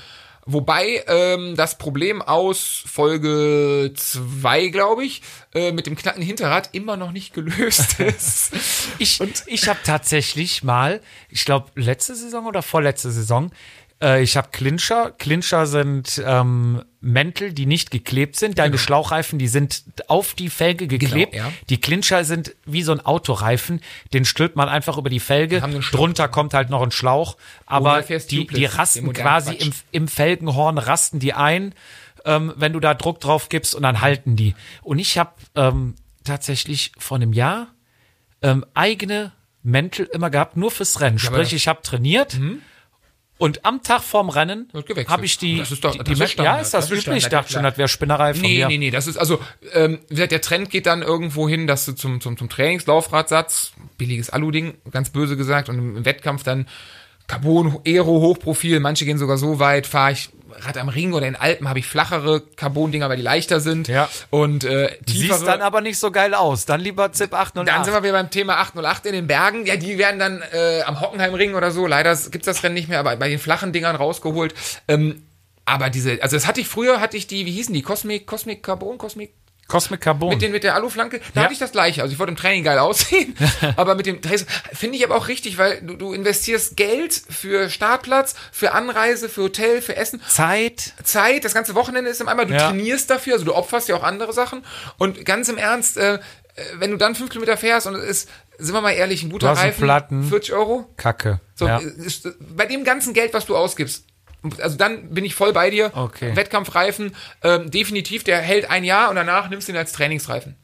Speaker 2: Wobei ähm, das Problem aus Folge 2, glaube ich, äh, mit dem knacken Hinterrad immer noch nicht gelöst ist.
Speaker 1: Ich, ich habe tatsächlich mal, ich glaube, letzte Saison oder vorletzte Saison, äh, ich habe Clincher. Clincher sind ähm, Mäntel, die nicht geklebt sind. Deine Schlauchreifen, die sind auf die Felge geklebt.
Speaker 2: Genau. ja.
Speaker 1: Die Clincher sind wie so ein Autoreifen. Den stülpt man einfach über die Felge.
Speaker 2: Haben den Schlauch.
Speaker 1: Drunter kommt halt noch ein Schlauch. Aber
Speaker 2: Oder fährst
Speaker 1: die,
Speaker 2: Duplex,
Speaker 1: die
Speaker 2: den
Speaker 1: rasten
Speaker 2: modernen
Speaker 1: quasi
Speaker 2: Quatsch.
Speaker 1: im, im Felgenhorn, rasten die ein ähm, wenn du da Druck drauf gibst und dann halten die. Und ich habe ähm, tatsächlich vor einem Jahr ähm, eigene Mäntel immer gehabt, nur fürs Rennen.
Speaker 2: aber
Speaker 1: Sprich,
Speaker 2: das-
Speaker 1: ich habe trainiert und am Tag vorm Rennen
Speaker 2: Wird gewechselt.
Speaker 1: habe ich die,
Speaker 2: Das ist doch-
Speaker 1: die,
Speaker 2: das
Speaker 1: die
Speaker 2: ist
Speaker 1: Mä- Ja,
Speaker 2: Standard.
Speaker 1: ist das,
Speaker 2: Das ist
Speaker 1: üblich? Ich
Speaker 2: Standard,
Speaker 1: dachte schon,
Speaker 2: ja.
Speaker 1: das wäre Spinnerei von
Speaker 2: Nee,
Speaker 1: mir.
Speaker 2: nee, nee, das ist also, ähm, wie gesagt, der Trend geht dann irgendwo hin, dass du zum, zum, zum Trainingslaufradsatz, billiges Alu-Ding, ganz böse gesagt, und im, im Wettkampf dann Carbon, Aero, Hochprofil, manche gehen sogar so weit, fahre ich Rad am Ring oder in Alpen habe ich flachere Carbon-Dinger, weil die leichter sind.
Speaker 1: Ja.
Speaker 2: Und äh, tiefere.
Speaker 1: Siehst dann aber nicht so geil aus. Dann lieber ZIP
Speaker 2: Dann sind
Speaker 1: 808.
Speaker 2: wir wieder beim Thema 808 in den Bergen. Ja, die werden dann äh, am Hockenheimring oder so. Leider gibt's das Rennen nicht mehr, aber bei den flachen Dingern rausgeholt. Ähm, aber diese, also das hatte ich früher, hatte ich die, wie hießen die? Cosmic, Cosmic Carbon, Cosmic
Speaker 1: Cosmic Carbon.
Speaker 2: mit, den, mit der Aluflanke, da
Speaker 1: Ja.
Speaker 2: hatte ich das gleiche. Also ich wollte im Training geil aussehen, aber mit dem Dress finde ich aber auch richtig, weil du, du investierst Geld für Startplatz, für Anreise, für Hotel, für Essen,
Speaker 1: Zeit.
Speaker 2: Zeit, das ganze Wochenende ist im Eimer, du
Speaker 1: Ja.
Speaker 2: trainierst dafür, also du opferst ja auch andere Sachen und ganz im Ernst, äh, äh, wenn du dann fünf Kilometer fährst und es ist, sind wir mal ehrlich, ein guter
Speaker 1: Du hast einen
Speaker 2: Reifen,
Speaker 1: Platten.
Speaker 2: 40 Euro,
Speaker 1: Kacke.
Speaker 2: so,
Speaker 1: ja.
Speaker 2: äh, ist, äh, bei dem ganzen Geld, was du ausgibst, also dann bin ich voll bei dir.
Speaker 1: Okay.
Speaker 2: Wettkampfreifen, ähm, definitiv, der hält ein Jahr und danach nimmst du ihn als Trainingsreifen.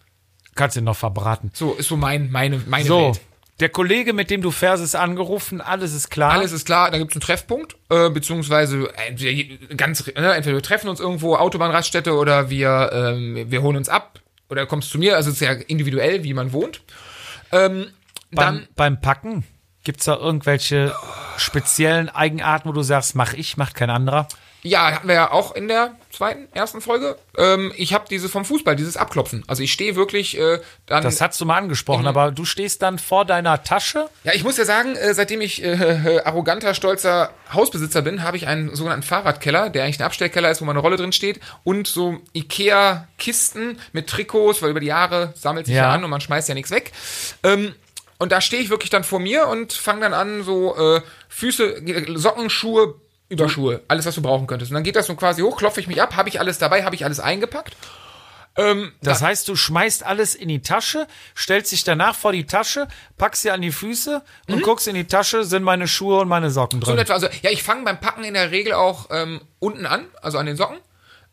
Speaker 1: Kannst ihn noch verbraten.
Speaker 2: So ist so mein, meine, meine
Speaker 1: So,
Speaker 2: Welt.
Speaker 1: der Kollege, mit dem du fährst, ist angerufen. Alles ist klar.
Speaker 2: Alles ist klar, da gibt's einen Treffpunkt, äh, beziehungsweise äh, wir- ganz, ne, entweder wir treffen uns irgendwo, Autobahnraststätte oder wir, ähm, wir holen uns ab oder kommst zu mir, also es ist ja individuell, wie man wohnt. Ähm,
Speaker 1: beim,
Speaker 2: dann
Speaker 1: beim Packen. Gibt's da irgendwelche speziellen Eigenarten, wo du sagst, mach ich, macht kein anderer?
Speaker 2: Ja, hatten wir ja auch in der zweiten, ersten Folge. Ähm, ich habe diese vom Fußball, dieses Abklopfen. Also ich stehe wirklich äh, dann.
Speaker 1: Das hast du mal angesprochen, aber du stehst dann vor deiner Tasche.
Speaker 2: ja, ich muss ja sagen, äh, seitdem ich äh, äh, arroganter, stolzer Hausbesitzer bin, habe ich einen sogenannten Fahrradkeller, der eigentlich ein Abstellkeller ist, wo meine Rolle drin steht und so Ikea-Kisten mit Trikots, weil über die Jahre sammelt sich ja,
Speaker 1: Ja.
Speaker 2: an und man schmeißt ja nichts weg. Ähm, und da stehe ich wirklich dann vor mir und fange dann an, so äh, Füße, äh, Socken, Schuhe, Überschuhe, alles, was du brauchen könntest. Und dann geht das so quasi hoch, klopfe ich mich ab, habe ich alles dabei, habe ich alles eingepackt.
Speaker 1: Das heißt, du schmeißt alles in die Tasche, stellst dich danach vor die Tasche, packst sie an die Füße und guckst in die Tasche, sind meine Schuhe und meine Socken
Speaker 2: Mhm. So in
Speaker 1: drin.
Speaker 2: etwa, also, ja, ich fange beim Packen in der Regel auch ähm, unten an, also an den Socken.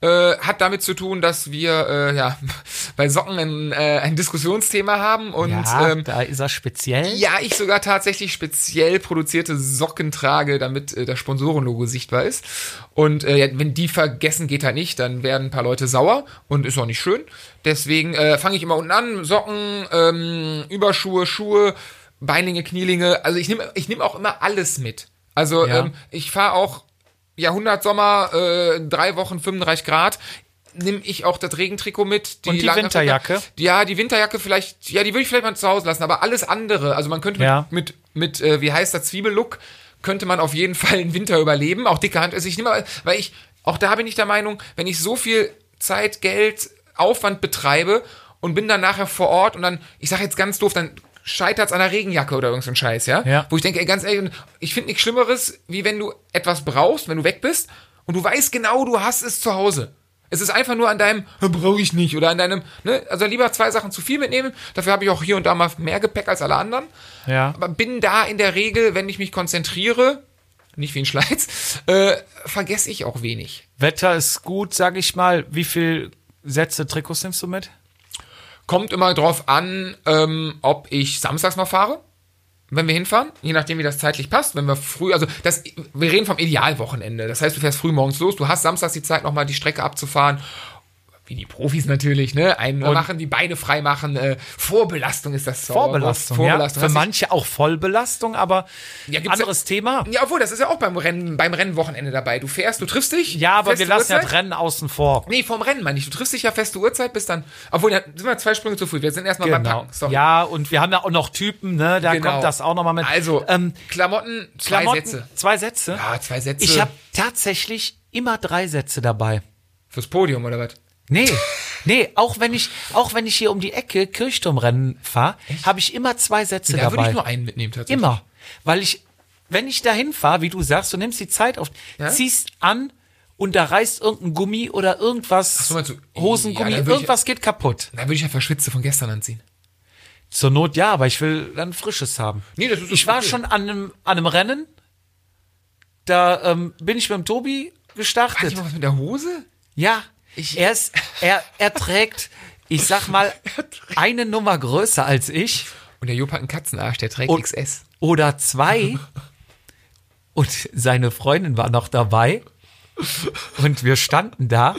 Speaker 2: Äh, hat damit zu tun, dass wir äh, ja, bei Socken ein, äh, ein Diskussionsthema haben und
Speaker 1: ja,
Speaker 2: ähm,
Speaker 1: da ist er speziell.
Speaker 2: ja, ich sogar tatsächlich speziell produzierte Socken trage, damit äh, das Sponsorenlogo sichtbar ist. Und äh, ja, wenn die vergessen, geht halt nicht, dann werden ein paar Leute sauer und ist auch nicht schön. Deswegen äh, fange ich immer unten an, Socken, ähm, Überschuhe, Schuhe, Beinlinge, Knielinge. Also ich nehme ich nehm auch immer alles mit. Also
Speaker 1: Ja.
Speaker 2: ähm, ich fahre auch Jahrhundertsommer, äh, drei Wochen 35 Grad. Nehme ich auch das Regentrikot mit.
Speaker 1: Und die
Speaker 2: lange-
Speaker 1: Winterjacke?
Speaker 2: ja, die Winterjacke vielleicht, ja, die würde ich vielleicht mal zu Hause lassen, aber alles andere, also man könnte mit,
Speaker 1: Ja.
Speaker 2: mit, mit äh, wie heißt das, Zwiebellook, könnte man auf jeden Fall einen Winter überleben, auch dicke Hand, also ich nehme, mal- weil ich, auch da bin ich der Meinung, wenn ich so viel Zeit, Geld, Aufwand betreibe und bin dann nachher vor Ort und dann, ich sage jetzt ganz doof, dann scheitert's an der Regenjacke oder irgend so ein Scheiß, ja?
Speaker 1: Ja.
Speaker 2: Wo ich denke, ey, ganz ehrlich, ich finde nichts Schlimmeres, wie wenn du etwas brauchst, wenn du weg bist und du weißt genau, du hast es zu Hause. Es ist einfach nur an deinem, brauche ich nicht, oder an deinem, ne? Also lieber zwei Sachen zu viel mitnehmen. Dafür habe ich auch hier und da mal mehr Gepäck als alle anderen.
Speaker 1: Ja.
Speaker 2: Aber bin da in der Regel, wenn ich mich konzentriere, nicht wie ein Schleiz, äh, vergesse ich auch wenig.
Speaker 1: Wetter ist gut, sag ich mal. Wie viel Sätze Trikots nimmst du mit?
Speaker 2: Kommt immer drauf an, ähm, ob ich samstags mal fahre, wenn wir hinfahren, je nachdem, wie das zeitlich passt. Wenn wir früh, also das, wir reden vom Idealwochenende. Das heißt, du fährst früh morgens los, du hast samstags die Zeit, nochmal die Strecke abzufahren. Wie die Profis natürlich, ne? Einen machen, die Beine frei machen. Äh, Vorbelastung ist das Zauberwort.
Speaker 1: Vorbelastung,
Speaker 2: Vorbelastung.
Speaker 1: ja. Für
Speaker 2: Hast dich-
Speaker 1: manche auch Vollbelastung, aber
Speaker 2: Ja, gibt's
Speaker 1: anderes Thema.
Speaker 2: Ja, obwohl, das ist ja auch beim Rennen, beim Rennwochenende dabei. Du fährst, du triffst dich.
Speaker 1: Ja, aber
Speaker 2: feste
Speaker 1: wir lassen ja
Speaker 2: Uhrzeit.
Speaker 1: Rennen außen vor.
Speaker 2: Nee, vom Rennen meine ich. Du triffst dich ja feste Uhrzeit, bis dann. Obwohl, da sind wir zwei Sprünge zu früh. Wir sind erstmal beim
Speaker 1: Genau.
Speaker 2: Packen. Sorry.
Speaker 1: Ja, und wir haben ja auch noch Typen, ne? Da
Speaker 2: Genau.
Speaker 1: kommt das auch nochmal mit.
Speaker 2: Also,
Speaker 1: ähm,
Speaker 2: Klamotten, zwei
Speaker 1: Klamotten,
Speaker 2: Sätze.
Speaker 1: Zwei Sätze.
Speaker 2: Ja, zwei Sätze.
Speaker 1: Ich habe tatsächlich immer drei Sätze dabei.
Speaker 2: Fürs Podium oder was?
Speaker 1: Nee, nee, auch wenn ich, auch wenn ich hier um die Ecke Kirchturmrennen fahre, habe ich immer zwei Sätze
Speaker 2: Da würde
Speaker 1: dabei.
Speaker 2: ich nur einen mitnehmen tatsächlich.
Speaker 1: immer. Weil ich, wenn ich dahin fahre, wie du sagst, du nimmst die Zeit auf,
Speaker 2: Ja?
Speaker 1: ziehst an und da reißt irgendein Gummi oder irgendwas,
Speaker 2: so, meinst du-
Speaker 1: Hosengummi,
Speaker 2: Ja, dann würd ich-
Speaker 1: irgendwas geht kaputt.
Speaker 2: Da würde ich ja Verschwitze von gestern anziehen.
Speaker 1: Zur Not ja, aber ich will dann Frisches haben.
Speaker 2: Nee, das ist
Speaker 1: ich war
Speaker 2: okay.
Speaker 1: schon an einem, an einem Rennen, da ähm, bin ich mit dem Tobi
Speaker 2: Hat
Speaker 1: gestartet.
Speaker 2: jemand was mit der Hose?
Speaker 1: Ja, er, ist, er, er trägt, ich sag mal, eine Nummer größer als ich
Speaker 2: Und der Job hat einen Katzenarsch, der trägt
Speaker 1: Und-
Speaker 2: XS.
Speaker 1: oder zwei. Und seine Freundin war noch dabei. Und wir standen da,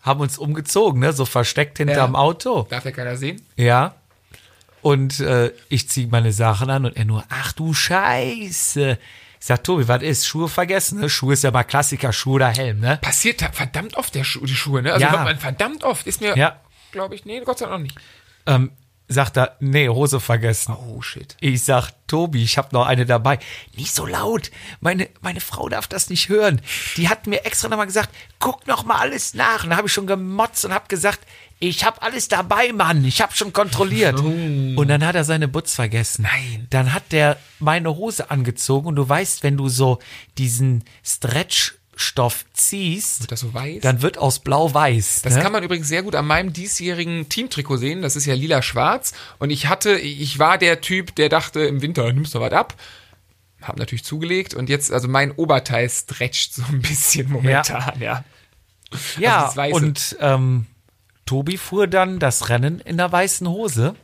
Speaker 1: haben uns umgezogen, ne? so versteckt hinterm
Speaker 2: Ja.
Speaker 1: Auto.
Speaker 2: Darf ja keiner sehen.
Speaker 1: Ja. Und äh, ich zieh meine Sachen an und er nur, ach du Scheiße. Ich sag, Tobi, was ist? Schuhe vergessen, ne? Schuhe ist ja mal Klassiker, Schuhe oder Helm, ne?
Speaker 2: Passiert da verdammt oft der Schu die Schuhe, ne? Also
Speaker 1: Ja.
Speaker 2: kommt man verdammt oft. Ist mir,
Speaker 1: Ja.
Speaker 2: glaube ich, nee, Gott sei Dank noch nicht.
Speaker 1: Ähm, sagt er, nee, Hose vergessen.
Speaker 2: Oh shit.
Speaker 1: Ich sag, Tobi, ich habe noch eine dabei. Nicht so laut. Meine, meine Frau darf das nicht hören. Die hat mir extra nochmal gesagt, guck noch mal alles nach. Und da habe ich schon gemotzt und habe gesagt, ich habe alles dabei, Mann. Ich habe schon
Speaker 2: Oh.
Speaker 1: kontrolliert. Und dann hat er seine Butz vergessen. Nein. Dann hat der meine Hose angezogen. Und du weißt, wenn du so diesen Stretchstoff ziehst,
Speaker 2: Wird das so weiß?
Speaker 1: dann wird aus blau weiß.
Speaker 2: Das
Speaker 1: ne?
Speaker 2: kann man übrigens sehr gut an meinem diesjährigen Teamtrikot sehen. Das ist ja lila-schwarz. Und ich hatte, ich war der Typ, der dachte, im Winter nimmst du was ab. Hab natürlich zugelegt und jetzt, also mein Oberteil stretcht so ein bisschen momentan, ja.
Speaker 1: Ja,
Speaker 2: Also das Weiße.
Speaker 1: und ähm, Tobi fuhr dann das Rennen in der weißen Hose.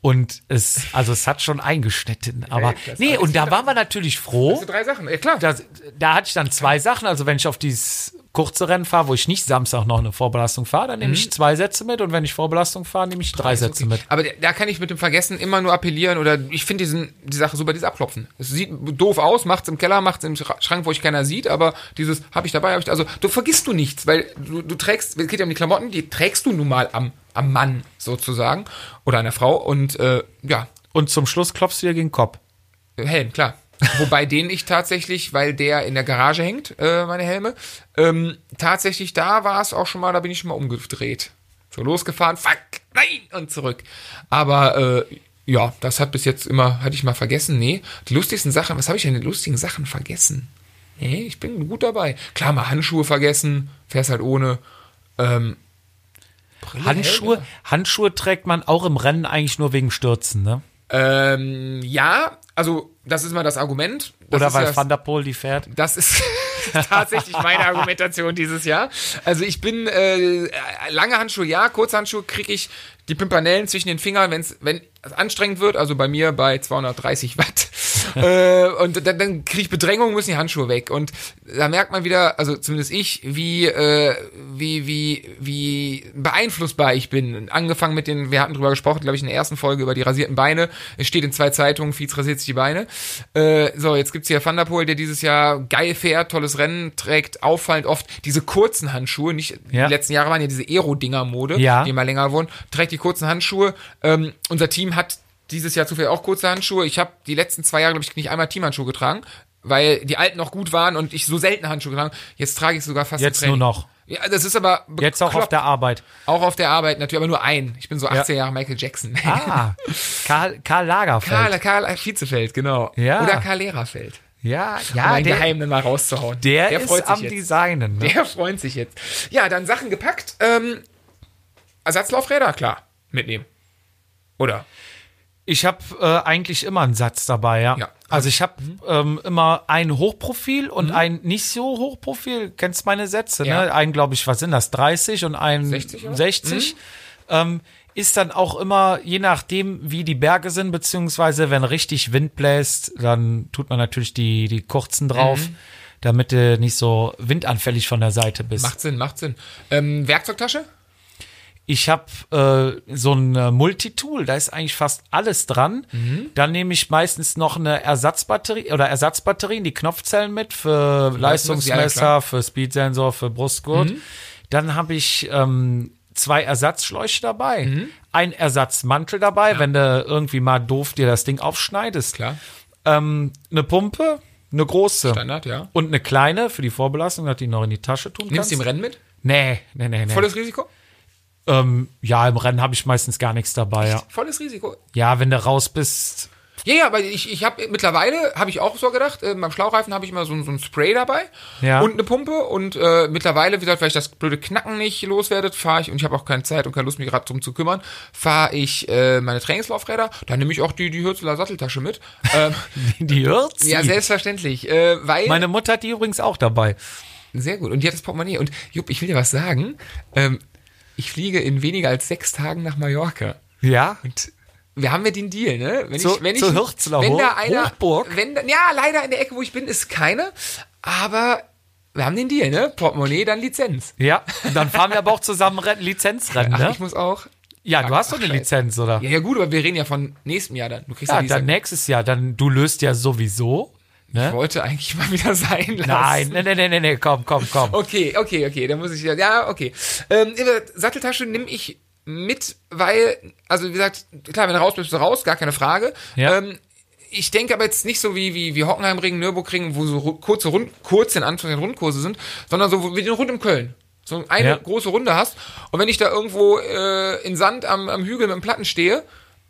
Speaker 1: Und es, also es hat schon eingeschnitten, aber
Speaker 2: Weltklasse.
Speaker 1: nee, und da waren wir natürlich froh.
Speaker 2: drei Sachen, ja klar.
Speaker 1: Da, da hatte ich dann zwei Sachen. Also wenn ich auf dieses kurze Rennen fahre, wo ich nicht Samstag noch eine Vorbelastung fahre, dann nehme
Speaker 2: Mhm.
Speaker 1: ich zwei Sätze mit und wenn ich Vorbelastung fahre, nehme ich drei Sätze mit.
Speaker 2: Aber da kann ich mit dem Vergessen immer nur appellieren oder ich finde diesen die Sache super, dieses Abklopfen. Es sieht doof aus, macht's im Keller, macht's im Schra- Schrank, wo ich keiner sieht, aber dieses habe ich dabei, habe ich also du vergisst du nichts, weil du, du trägst, es geht ja um die Klamotten, die trägst du nun mal am am Mann sozusagen oder an der Frau und äh, ja,
Speaker 1: Und zum Schluss klopfst du dir gegen den Kopf.
Speaker 2: Helm, klar. Wobei den ich tatsächlich, weil der in der Garage hängt, äh, meine Helme, ähm, tatsächlich da war es auch schon mal, da bin ich schon mal umgedreht. So losgefahren, fuck, nein, und zurück. Aber äh, ja, das hat bis jetzt immer, hatte ich mal vergessen, nee. Die lustigsten Sachen, was habe ich denn in den lustigen Sachen vergessen? Nee, ich bin gut dabei. Klar, mal Handschuhe vergessen, fährst halt ohne. Ähm, Brille,
Speaker 1: Handschuhe,
Speaker 2: Helme.
Speaker 1: Handschuhe trägt man auch im Rennen eigentlich nur wegen Stürzen, ne?
Speaker 2: Ähm, ja, also das ist mal das Argument. Das
Speaker 1: Oder
Speaker 2: ist
Speaker 1: weil
Speaker 2: ja-
Speaker 1: Van der Poel die fährt.
Speaker 2: Das ist tatsächlich meine Argumentation dieses Jahr. Also ich bin äh, lange Handschuhe ja, kurze Handschuhe kriege ich die Pimpanellen zwischen den Fingern, wenn's, wenn es anstrengend wird, also bei mir bei 230 Watt. äh, und dann, dann kriege ich Bedrängung, müssen die Handschuhe weg. Und da merkt man wieder, also zumindest ich, wie, äh, wie, wie, wie beeinflussbar ich bin. Angefangen mit den, wir hatten drüber gesprochen, glaube ich, in der ersten Folge über die rasierten Beine. Es steht in zwei Zeitungen, Fietz rasiert sich die Beine. Äh, so, jetzt gibt's hier Van der Poel, der dieses Jahr geil fährt, tolles Rennen trägt, auffallend oft diese kurzen Handschuhe, nicht,
Speaker 1: Ja.
Speaker 2: die letzten Jahre waren ja diese Aero-Dinger-Mode,
Speaker 1: Ja.
Speaker 2: die immer länger wurden, trägt die kurzen Handschuhe. Ähm, unser Team hat dieses Jahr zufällig auch kurze Handschuhe. Ich habe die letzten zwei Jahre, glaube ich, nicht einmal Teamhandschuhe getragen, weil die alten noch gut waren und ich so selten Handschuhe getragen. habe. Jetzt trage ich sogar fast im
Speaker 1: Jetzt
Speaker 2: Training.
Speaker 1: nur noch.
Speaker 2: Ja, das ist aber
Speaker 1: Jetzt auch auf
Speaker 2: bekloppt.
Speaker 1: der Arbeit.
Speaker 2: auch auf der Arbeit natürlich, aber nur ein. Ich bin so 18 Jahre Michael Jackson.
Speaker 1: Ah, Karl, Karl Lagerfeld.
Speaker 2: Karl, Karl Vizefeld, genau.
Speaker 1: Ja.
Speaker 2: Oder Karl Lehrerfeld.
Speaker 1: Ja,
Speaker 2: um
Speaker 1: ja,
Speaker 2: einen
Speaker 1: der,
Speaker 2: Geheimnen mal rauszuhauen.
Speaker 1: der, ist am
Speaker 2: jetzt.
Speaker 1: Designen. Ne?
Speaker 2: Der freut sich jetzt. Ja, dann Sachen gepackt. Ähm, Ersatzlaufräder, klar, mitnehmen. Oder?
Speaker 1: Ich habe äh, eigentlich immer einen Satz dabei, ja.
Speaker 2: Ja.
Speaker 1: Also ich habe ähm, immer ein Hochprofil und ein nicht so Hochprofil. Kennst meine Sätze,
Speaker 2: Ja.
Speaker 1: ne? Ein, glaube ich, was sind das? 30 und ein
Speaker 2: 60 oder? Mhm.
Speaker 1: 60. Ähm, ist dann auch immer, je nachdem, wie die Berge sind, beziehungsweise wenn richtig Wind bläst, dann tut man natürlich die, die kurzen drauf,
Speaker 2: Mhm.
Speaker 1: damit du nicht so windanfällig von der Seite bist.
Speaker 2: Macht Sinn, macht Sinn. Ähm, Werkzeugtasche?
Speaker 1: Ich habe äh, so ein äh, Multitool, da ist eigentlich fast alles dran.
Speaker 2: Mhm.
Speaker 1: Dann nehme ich meistens noch eine Ersatzbatterie oder Ersatzbatterien, die Knopfzellen mit für
Speaker 2: ja, klar. Mhm.
Speaker 1: Leistungsmesser, für Speedsensor, für Brustgurt. Dann habe ich ähm, zwei Ersatzschläuche dabei,
Speaker 2: Mhm.
Speaker 1: ein Ersatzmantel dabei, wenn du irgendwie mal doof dir das Ding aufschneidest.
Speaker 2: Klar.
Speaker 1: Ähm, eine Pumpe, eine große
Speaker 2: Standard, ja.
Speaker 1: und eine kleine für die Vorbelastung, dass du die noch in die Tasche tun
Speaker 2: Nimmst du im
Speaker 1: kannst.
Speaker 2: Rennen mit?
Speaker 1: Nee, nee, nee, nee.
Speaker 2: Volles Risiko?
Speaker 1: Ähm, ja, im Rennen habe ich meistens gar nichts dabei. Ja.
Speaker 2: Volles Risiko.
Speaker 1: ja, wenn du raus bist.
Speaker 2: Ja, ja, weil ich, ich habe mittlerweile, habe ich auch so gedacht, äh, beim Schlauchreifen habe ich immer so, ein- so ein Spray dabei
Speaker 1: Ja.
Speaker 2: und eine Pumpe und äh, mittlerweile, wie gesagt, weil ich das blöde Knacken nicht loswerde, fahre ich, und ich habe auch keine Zeit und keine Lust, mich gerade drum zu kümmern, fahre ich äh, meine Trainingslaufräder, da nehme ich auch die, die Hürzeler Satteltasche mit. Ähm,
Speaker 1: Die hört's.
Speaker 2: ja, selbstverständlich, äh, weil...
Speaker 1: Meine Mutter hat die übrigens auch dabei.
Speaker 2: Sehr gut. Und die hat das Portemonnaie. Und Jupp, ich will dir was sagen. Ähm, ich fliege in weniger als sechs Tagen nach Mallorca.
Speaker 1: Ja.
Speaker 2: Wir haben ja den Deal, ne? Wenn
Speaker 1: Zu- zur Hürzler
Speaker 2: wenn da
Speaker 1: Hoch-
Speaker 2: einer,
Speaker 1: Hochburg?
Speaker 2: Wenn da, ja, leider in der Ecke, wo ich bin, ist keine. Aber wir haben den Deal, ne? Portemonnaie, dann Lizenz.
Speaker 1: Ja. Und dann fahren wir aber auch zusammen Rennen, Lizenzrennen,
Speaker 2: Ach,
Speaker 1: ne?
Speaker 2: ich muss auch.
Speaker 1: Ja, du hast
Speaker 2: ach,
Speaker 1: doch eine
Speaker 2: scheiße.
Speaker 1: Lizenz, oder?
Speaker 2: Ja, ja, gut, aber wir reden ja von nächstem Jahr dann. Du kriegst ja,
Speaker 1: Ja,
Speaker 2: dieses
Speaker 1: dann
Speaker 2: Jahr.
Speaker 1: nächstes Jahr. Dann du löst ja sowieso.
Speaker 2: Ich
Speaker 1: Ne?
Speaker 2: wollte eigentlich mal wieder sein lassen.
Speaker 1: Nein, ne, nee, nee, nee, nee, nee, komm, komm, komm.
Speaker 2: Okay, okay, okay, dann muss ich ja, ja, okay. Ähm, in der Satteltasche nehme ich mit, weil, also wie gesagt, klar, wenn du raus bist, bist du raus, gar keine Frage.
Speaker 1: Ja.
Speaker 2: Ähm, ich denke aber jetzt nicht so wie, wie, wie Hockenheimring, Nürburgring, wo so ru- kurze, Rund, kurze in Anführungszeichen Rundkurse sind, sondern so wo- wie den Rund im Köln. So eine
Speaker 1: Ja.
Speaker 2: große Runde hast. Und wenn ich da irgendwo äh, in Sand am, am Hügel mit dem Platten stehe,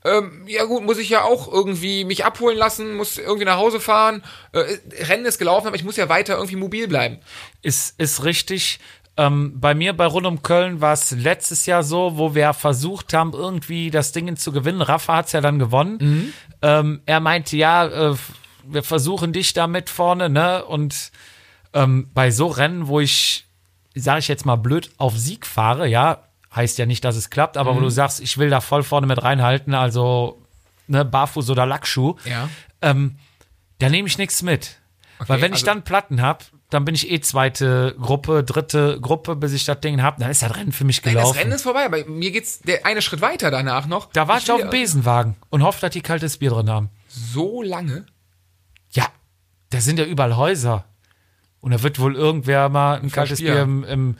Speaker 2: ähm, ja gut, muss ich ja auch irgendwie mich abholen lassen, muss irgendwie nach Hause fahren. Äh, Rennen ist gelaufen, aber ich muss ja weiter irgendwie mobil bleiben.
Speaker 1: Ist, ist richtig. Ähm, bei mir bei Rund um Köln war es letztes Jahr so, wo wir versucht haben, irgendwie das Ding zu gewinnen. Rafa hat's ja dann gewonnen. Ähm, er meinte, ja, äh, f- wir versuchen dich da mit vorne, ne? Und ähm, bei so Rennen, wo ich, sage ich jetzt mal blöd, auf Sieg fahre, ja, heißt ja nicht, dass es klappt, aber wo du sagst, ich will da voll vorne mit reinhalten, also ne, Barfuß oder Lackschuh,
Speaker 2: Ja.
Speaker 1: ähm, da nehme ich nichts mit. Weil wenn ich
Speaker 2: also-
Speaker 1: dann Platten hab, dann bin ich eh zweite Gruppe, dritte Gruppe, bis ich das Ding hab. Dann ist das Rennen für mich
Speaker 2: Nein,
Speaker 1: gelaufen.
Speaker 2: das Rennen ist vorbei, aber mir geht's der eine Schritt weiter danach noch.
Speaker 1: da war ich auf dem
Speaker 2: will
Speaker 1: Besenwagen und hoffe, dass die kaltes Bier drin haben.
Speaker 2: So lange.
Speaker 1: Ja, da sind ja überall Häuser. Und da wird wohl irgendwer mal ein kaltes
Speaker 2: Bier.
Speaker 1: Bier im, im,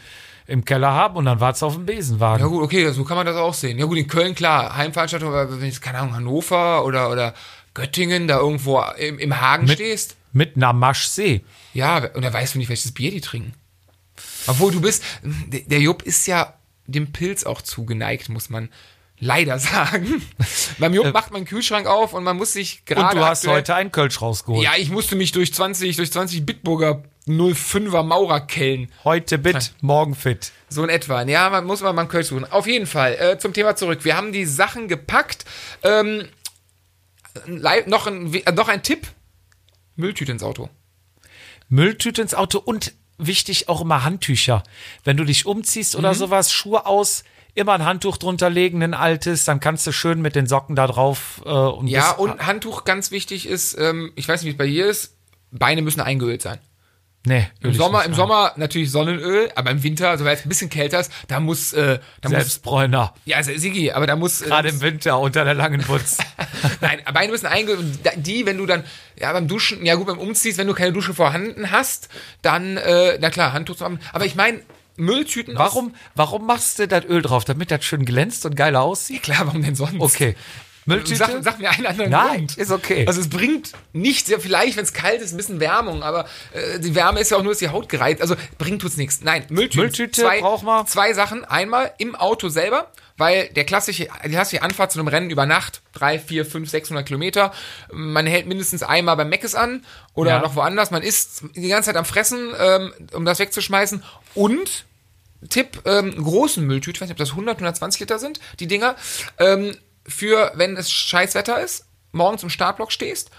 Speaker 1: im Keller haben und dann war's auf dem Besenwagen.
Speaker 2: Ja gut, okay, so kann man das auch sehen. Ja gut, in Köln, klar, Heimveranstaltung, aber wenn jetzt, keine Ahnung, Hannover oder, oder Göttingen da irgendwo im, im Hagen stehst.
Speaker 1: Mit Namaschsee.
Speaker 2: Ja, und da weißt du nicht, welches Bier die trinken. Obwohl du bist, der der Jupp ist ja dem Pilz auch zugeneigt, muss man leider sagen. Beim Jupp macht man den Kühlschrank auf und man muss sich
Speaker 1: Äh. Und
Speaker 2: gerade
Speaker 1: du hast
Speaker 2: aktuell-
Speaker 1: heute einen Kölsch rausgeholt.
Speaker 2: Ja, ich musste mich durch 20, durch 20 Bitburger 05er Maurer kellen.
Speaker 1: Heute bit, morgen fit.
Speaker 2: So in etwa. Ja, man muss mal mal einen Kölsch suchen. Auf jeden Fall, äh, zum Thema zurück. Wir haben die Sachen gepackt. Ähm, lei- noch, ein, äh, noch ein Tipp. Mülltüte ins Auto.
Speaker 1: Mülltüte ins Auto und wichtig auch immer Handtücher. Wenn du dich umziehst
Speaker 2: Mhm.
Speaker 1: oder sowas, Schuhe aus, immer ein Handtuch drunter legen, ein altes, dann kannst du schön mit den Socken da drauf äh, und
Speaker 2: Ja,
Speaker 1: bist-
Speaker 2: und Handtuch ganz wichtig ist, ähm, ich weiß nicht, wie es bei dir ist, Beine müssen eingeölt sein.
Speaker 1: nee,
Speaker 2: Im
Speaker 1: will ich
Speaker 2: Sommer,
Speaker 1: nicht
Speaker 2: im
Speaker 1: haben.
Speaker 2: Sommer natürlich Sonnenöl, aber im Winter, also wenn es ein bisschen kälter ist, da muss, äh, da muss,
Speaker 1: Selbstbräuner,
Speaker 2: ja, also Sigi, aber da muss, äh,
Speaker 1: gerade im Winter unter der langen Wutz.
Speaker 2: Nein, Beine müssen eingeölt. Die, wenn du dann, ja, beim Duschen, ja gut, beim Umziehst, wenn du keine Dusche vorhanden hast, dann, äh, na klar, Handtuch zusammen. Aber ich meine, Mülltüten. aus-
Speaker 1: warum, warum machst du das Öl drauf, damit das schön glänzt und geiler aussieht?
Speaker 2: Klar, warum denn sonst?
Speaker 1: Okay, Mülltüte.
Speaker 2: Sag, sag mir einen anderen
Speaker 1: Nein,
Speaker 2: Grund.
Speaker 1: ist okay.
Speaker 2: Also es bringt nichts, ja, vielleicht, wenn es kalt ist, ein bisschen Wärmung, aber äh, die Wärme ist ja auch nur, dass die Haut gereizt. Also bringt uns nichts. Nein, Mülltüte.
Speaker 1: Mülltüte braucht man.
Speaker 2: Zwei Sachen. Einmal im Auto selber, weil der klassische, die klassische Anfahrt zu einem Rennen über Nacht, drei, vier, fünf, 600 Kilometer, man hält mindestens einmal beim Meckes an oder
Speaker 1: Ja.
Speaker 2: noch woanders. Man ist die ganze Zeit am Fressen, ähm, um das wegzuschmeißen. Und Tipp, ähm, großen Mülltüte, ich weiß nicht, ob das 100, 120 Liter sind, die Dinger, ähm, für, wenn es Scheißwetter ist, morgens im Startblock stehst,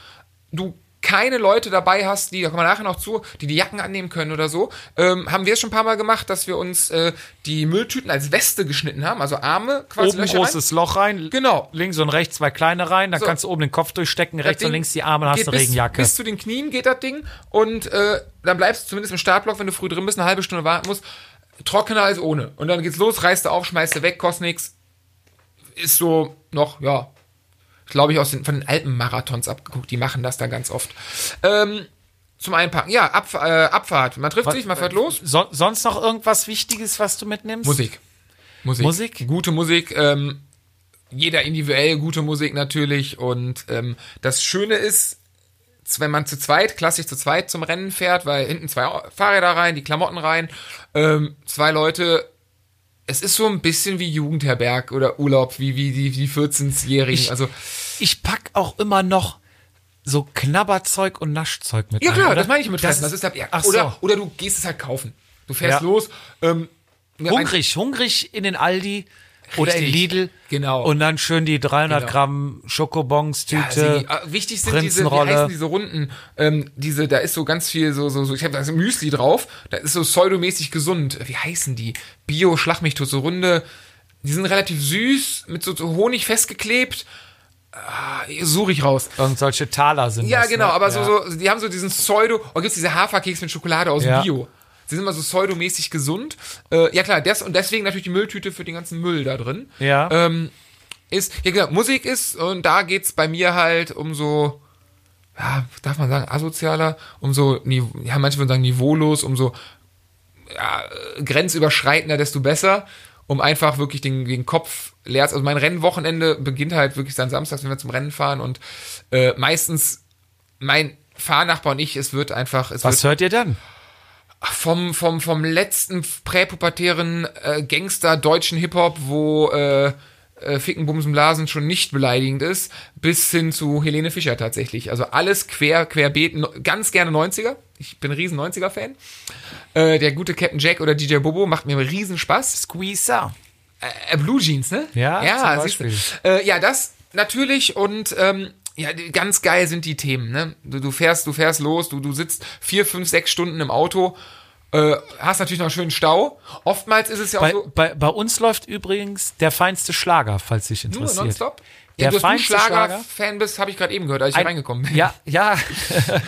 Speaker 2: du keine Leute dabei hast, die, da kommen wir nachher noch zu, die die Jacken annehmen können oder so, ähm, haben wir es schon ein paar Mal gemacht, dass wir uns äh, die Mülltüten als Weste geschnitten haben, also Arme quasi
Speaker 1: Oben
Speaker 2: Löcher rein.
Speaker 1: großes Loch rein,
Speaker 2: Genau.
Speaker 1: links und rechts zwei kleine rein, dann
Speaker 2: So.
Speaker 1: kannst du oben den Kopf durchstecken,
Speaker 2: Das
Speaker 1: rechts und
Speaker 2: Ding
Speaker 1: links die Arme, dann hast
Speaker 2: geht
Speaker 1: du
Speaker 2: bis,
Speaker 1: Regenjacke.
Speaker 2: Bis zu den Knien geht das Ding und äh, dann bleibst du zumindest im Startblock, wenn du früh drin bist, eine halbe Stunde warten musst, trockener als ohne. Und dann geht's los, reißt du auf, schmeißt du weg, kostet nix. Ist so noch, ja, glaube ich, aus den, von den Alpenmarathons abgeguckt, die machen das dann ganz oft. Ähm, zum Einpacken, ja, Abf äh, Abfahrt. Man trifft sich, man fährt los.
Speaker 1: So, sonst noch irgendwas Wichtiges, was du mitnimmst?
Speaker 2: Musik. Musik.
Speaker 1: Musik?
Speaker 2: Gute Musik. Ähm, jeder individuell gute Musik natürlich. Und ähm, das Schöne ist, z- wenn man zu zweit, klassisch zu zweit zum Rennen fährt, weil hinten zwei Au- Fahrräder rein, die Klamotten rein, ähm, zwei Leute. Es ist so ein bisschen wie Jugendherberg oder Urlaub, wie, wie die, die 14-Jährigen.
Speaker 1: Ich-
Speaker 2: Also,
Speaker 1: Ich pack auch immer noch so Knabberzeug und Naschzeug mit.
Speaker 2: ja
Speaker 1: ein,
Speaker 2: klar,
Speaker 1: oder?
Speaker 2: ah, das meine ich mit Fressen. Das ist, ja,
Speaker 1: ach
Speaker 2: oder,
Speaker 1: so.
Speaker 2: oder du gehst es halt kaufen. Du fährst
Speaker 1: Ja.
Speaker 2: los. Ähm, ne, ein-
Speaker 1: Hungrig, hungrig in den Aldi oder in
Speaker 2: Richtig,
Speaker 1: Lidl.
Speaker 2: genau.
Speaker 1: Und dann schön die 300
Speaker 2: Genau.
Speaker 1: Gramm
Speaker 2: Ja,
Speaker 1: Schokobons-Tüte.
Speaker 2: sie, äh, wichtig sind diese, wie
Speaker 1: Prinzenrolle.
Speaker 2: heißen diese Runden? Ähm, diese, da ist so ganz viel so, so, so ich habe da ist Müsli drauf, da ist so pseudomäßig gesund. Wie heißen die? Bio, schlag mich tot, so runde. Die sind relativ süß, mit so, so Honig festgeklebt. Ah, suche ich raus.
Speaker 1: Irgend solche Taler sind
Speaker 2: Ja,
Speaker 1: das,
Speaker 2: genau,
Speaker 1: ne?
Speaker 2: aber
Speaker 1: Ja.
Speaker 2: So, so, die haben so diesen Pseudo, oder gibt's diese Haferkeks mit Schokolade aus
Speaker 1: Ja.
Speaker 2: Bio? Sie sind immer so pseudomäßig gesund. Äh, ja klar, des, und deswegen natürlich die Mülltüte für den ganzen Müll da drin
Speaker 1: Ja.
Speaker 2: ähm, ist, ja genau, Musik ist, und da geht's bei mir halt um so, ja, darf man sagen, asozialer, um so, nive- ja, manche würden sagen niveaulos, um so ja, äh, grenzüberschreitender, desto besser, um einfach wirklich den, den Kopf leer. zu- Also mein Rennwochenende beginnt halt wirklich dann samstags, wenn wir zum Rennen fahren und äh, meistens mein Fahrnachbar und ich, es wird einfach, es wird
Speaker 1: Was hört ihr dann?
Speaker 2: vom, vom, vom letzten präpubertären äh, Gangster deutschen Hip-Hop, wo äh, äh, Ficken, Bumsen, Blasen schon nicht beleidigend ist, bis hin zu Helene Fischer tatsächlich. Also alles quer, querbeet, no- ganz gerne 90er. Ich bin ein riesen 90er-Fan. Äh, der gute Captain Jack oder DJ Bobo macht mir riesen Spaß.
Speaker 1: Squeezer.
Speaker 2: Äh, Blue Jeans, ne?
Speaker 1: Ja,
Speaker 2: ja,
Speaker 1: zum
Speaker 2: siehst du.
Speaker 1: Beispiel.
Speaker 2: Äh, ja, das natürlich und ähm, ja, die- ganz geil sind die Themen, ne? Du, du fährst, du fährst los, du, du sitzt vier, fünf, sechs Stunden im Auto, äh, hast natürlich noch einen schönen Stau. Oftmals ist es ja auch
Speaker 1: Bei,
Speaker 2: so
Speaker 1: bei, bei uns läuft übrigens der feinste Schlager, falls dich
Speaker 2: nur
Speaker 1: interessiert.
Speaker 2: nonstop.
Speaker 1: Der
Speaker 2: Ja, dass du
Speaker 1: feinste Schlager.
Speaker 2: Schlager-Fan bist, habe ich gerade eben gehört, als ich
Speaker 1: Ein-
Speaker 2: reingekommen bin.
Speaker 1: Ja, ja.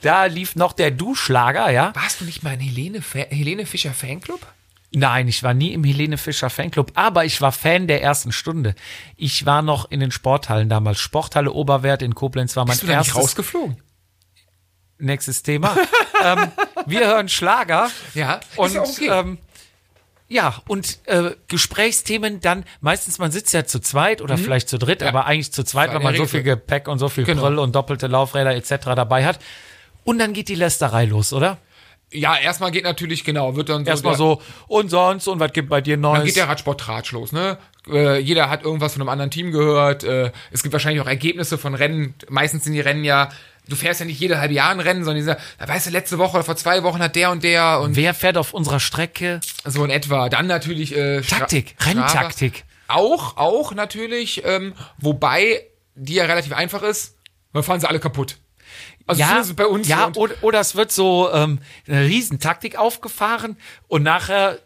Speaker 1: Da lief noch der Du-Schlager, ja.
Speaker 2: Warst du nicht mal ein Helene, Fa- Helene Fischer Fanclub?
Speaker 1: Nein, ich war nie im Helene Fischer Fanclub, aber ich war Fan der ersten Stunde. Ich war noch in den Sporthallen damals. Sporthalle Oberwert in Koblenz war mein
Speaker 2: Bist du da nicht
Speaker 1: erstes.
Speaker 2: rausgeflogen?
Speaker 1: Nächstes Thema. ähm, wir hören Schlager.
Speaker 2: Ja, ist
Speaker 1: Und
Speaker 2: ja okay.
Speaker 1: ähm, ja, und äh, Gesprächsthemen dann, meistens man sitzt ja zu zweit oder
Speaker 2: Mhm.
Speaker 1: vielleicht zu dritt, aber eigentlich zu zweit,
Speaker 2: war
Speaker 1: weil
Speaker 2: der
Speaker 1: man so
Speaker 2: Regel.
Speaker 1: viel Gepäck und so viel
Speaker 2: Genau.
Speaker 1: Brille und doppelte Laufräder etc. dabei hat. Und dann geht die Lästerei los, oder?
Speaker 2: Ja, erstmal geht natürlich, genau, wird dann so
Speaker 1: Erstmal
Speaker 2: der-
Speaker 1: so, und sonst, und was gibt bei dir Neues?
Speaker 2: Dann geht der Radsporttratsch los, ne? Äh, jeder hat irgendwas von einem anderen Team gehört. Äh, es gibt wahrscheinlich auch Ergebnisse von Rennen. Meistens sind die Rennen ja, du fährst ja nicht jede halbe Jahr ein Rennen, sondern dieser, da weißt du, letzte Woche oder vor zwei Wochen hat der und der und
Speaker 1: Wer fährt auf unserer Strecke?
Speaker 2: so in etwa. Dann natürlich äh, Stra-
Speaker 1: Taktik,
Speaker 2: Strava.
Speaker 1: Renntaktik.
Speaker 2: Auch, auch natürlich, ähm, wobei die ja relativ einfach ist, weil fahren sie alle kaputt. Also zumindest bei uns.
Speaker 1: Ja,
Speaker 2: und-
Speaker 1: oder, oder es wird so ähm, eine Riesentaktik aufgefahren und nachher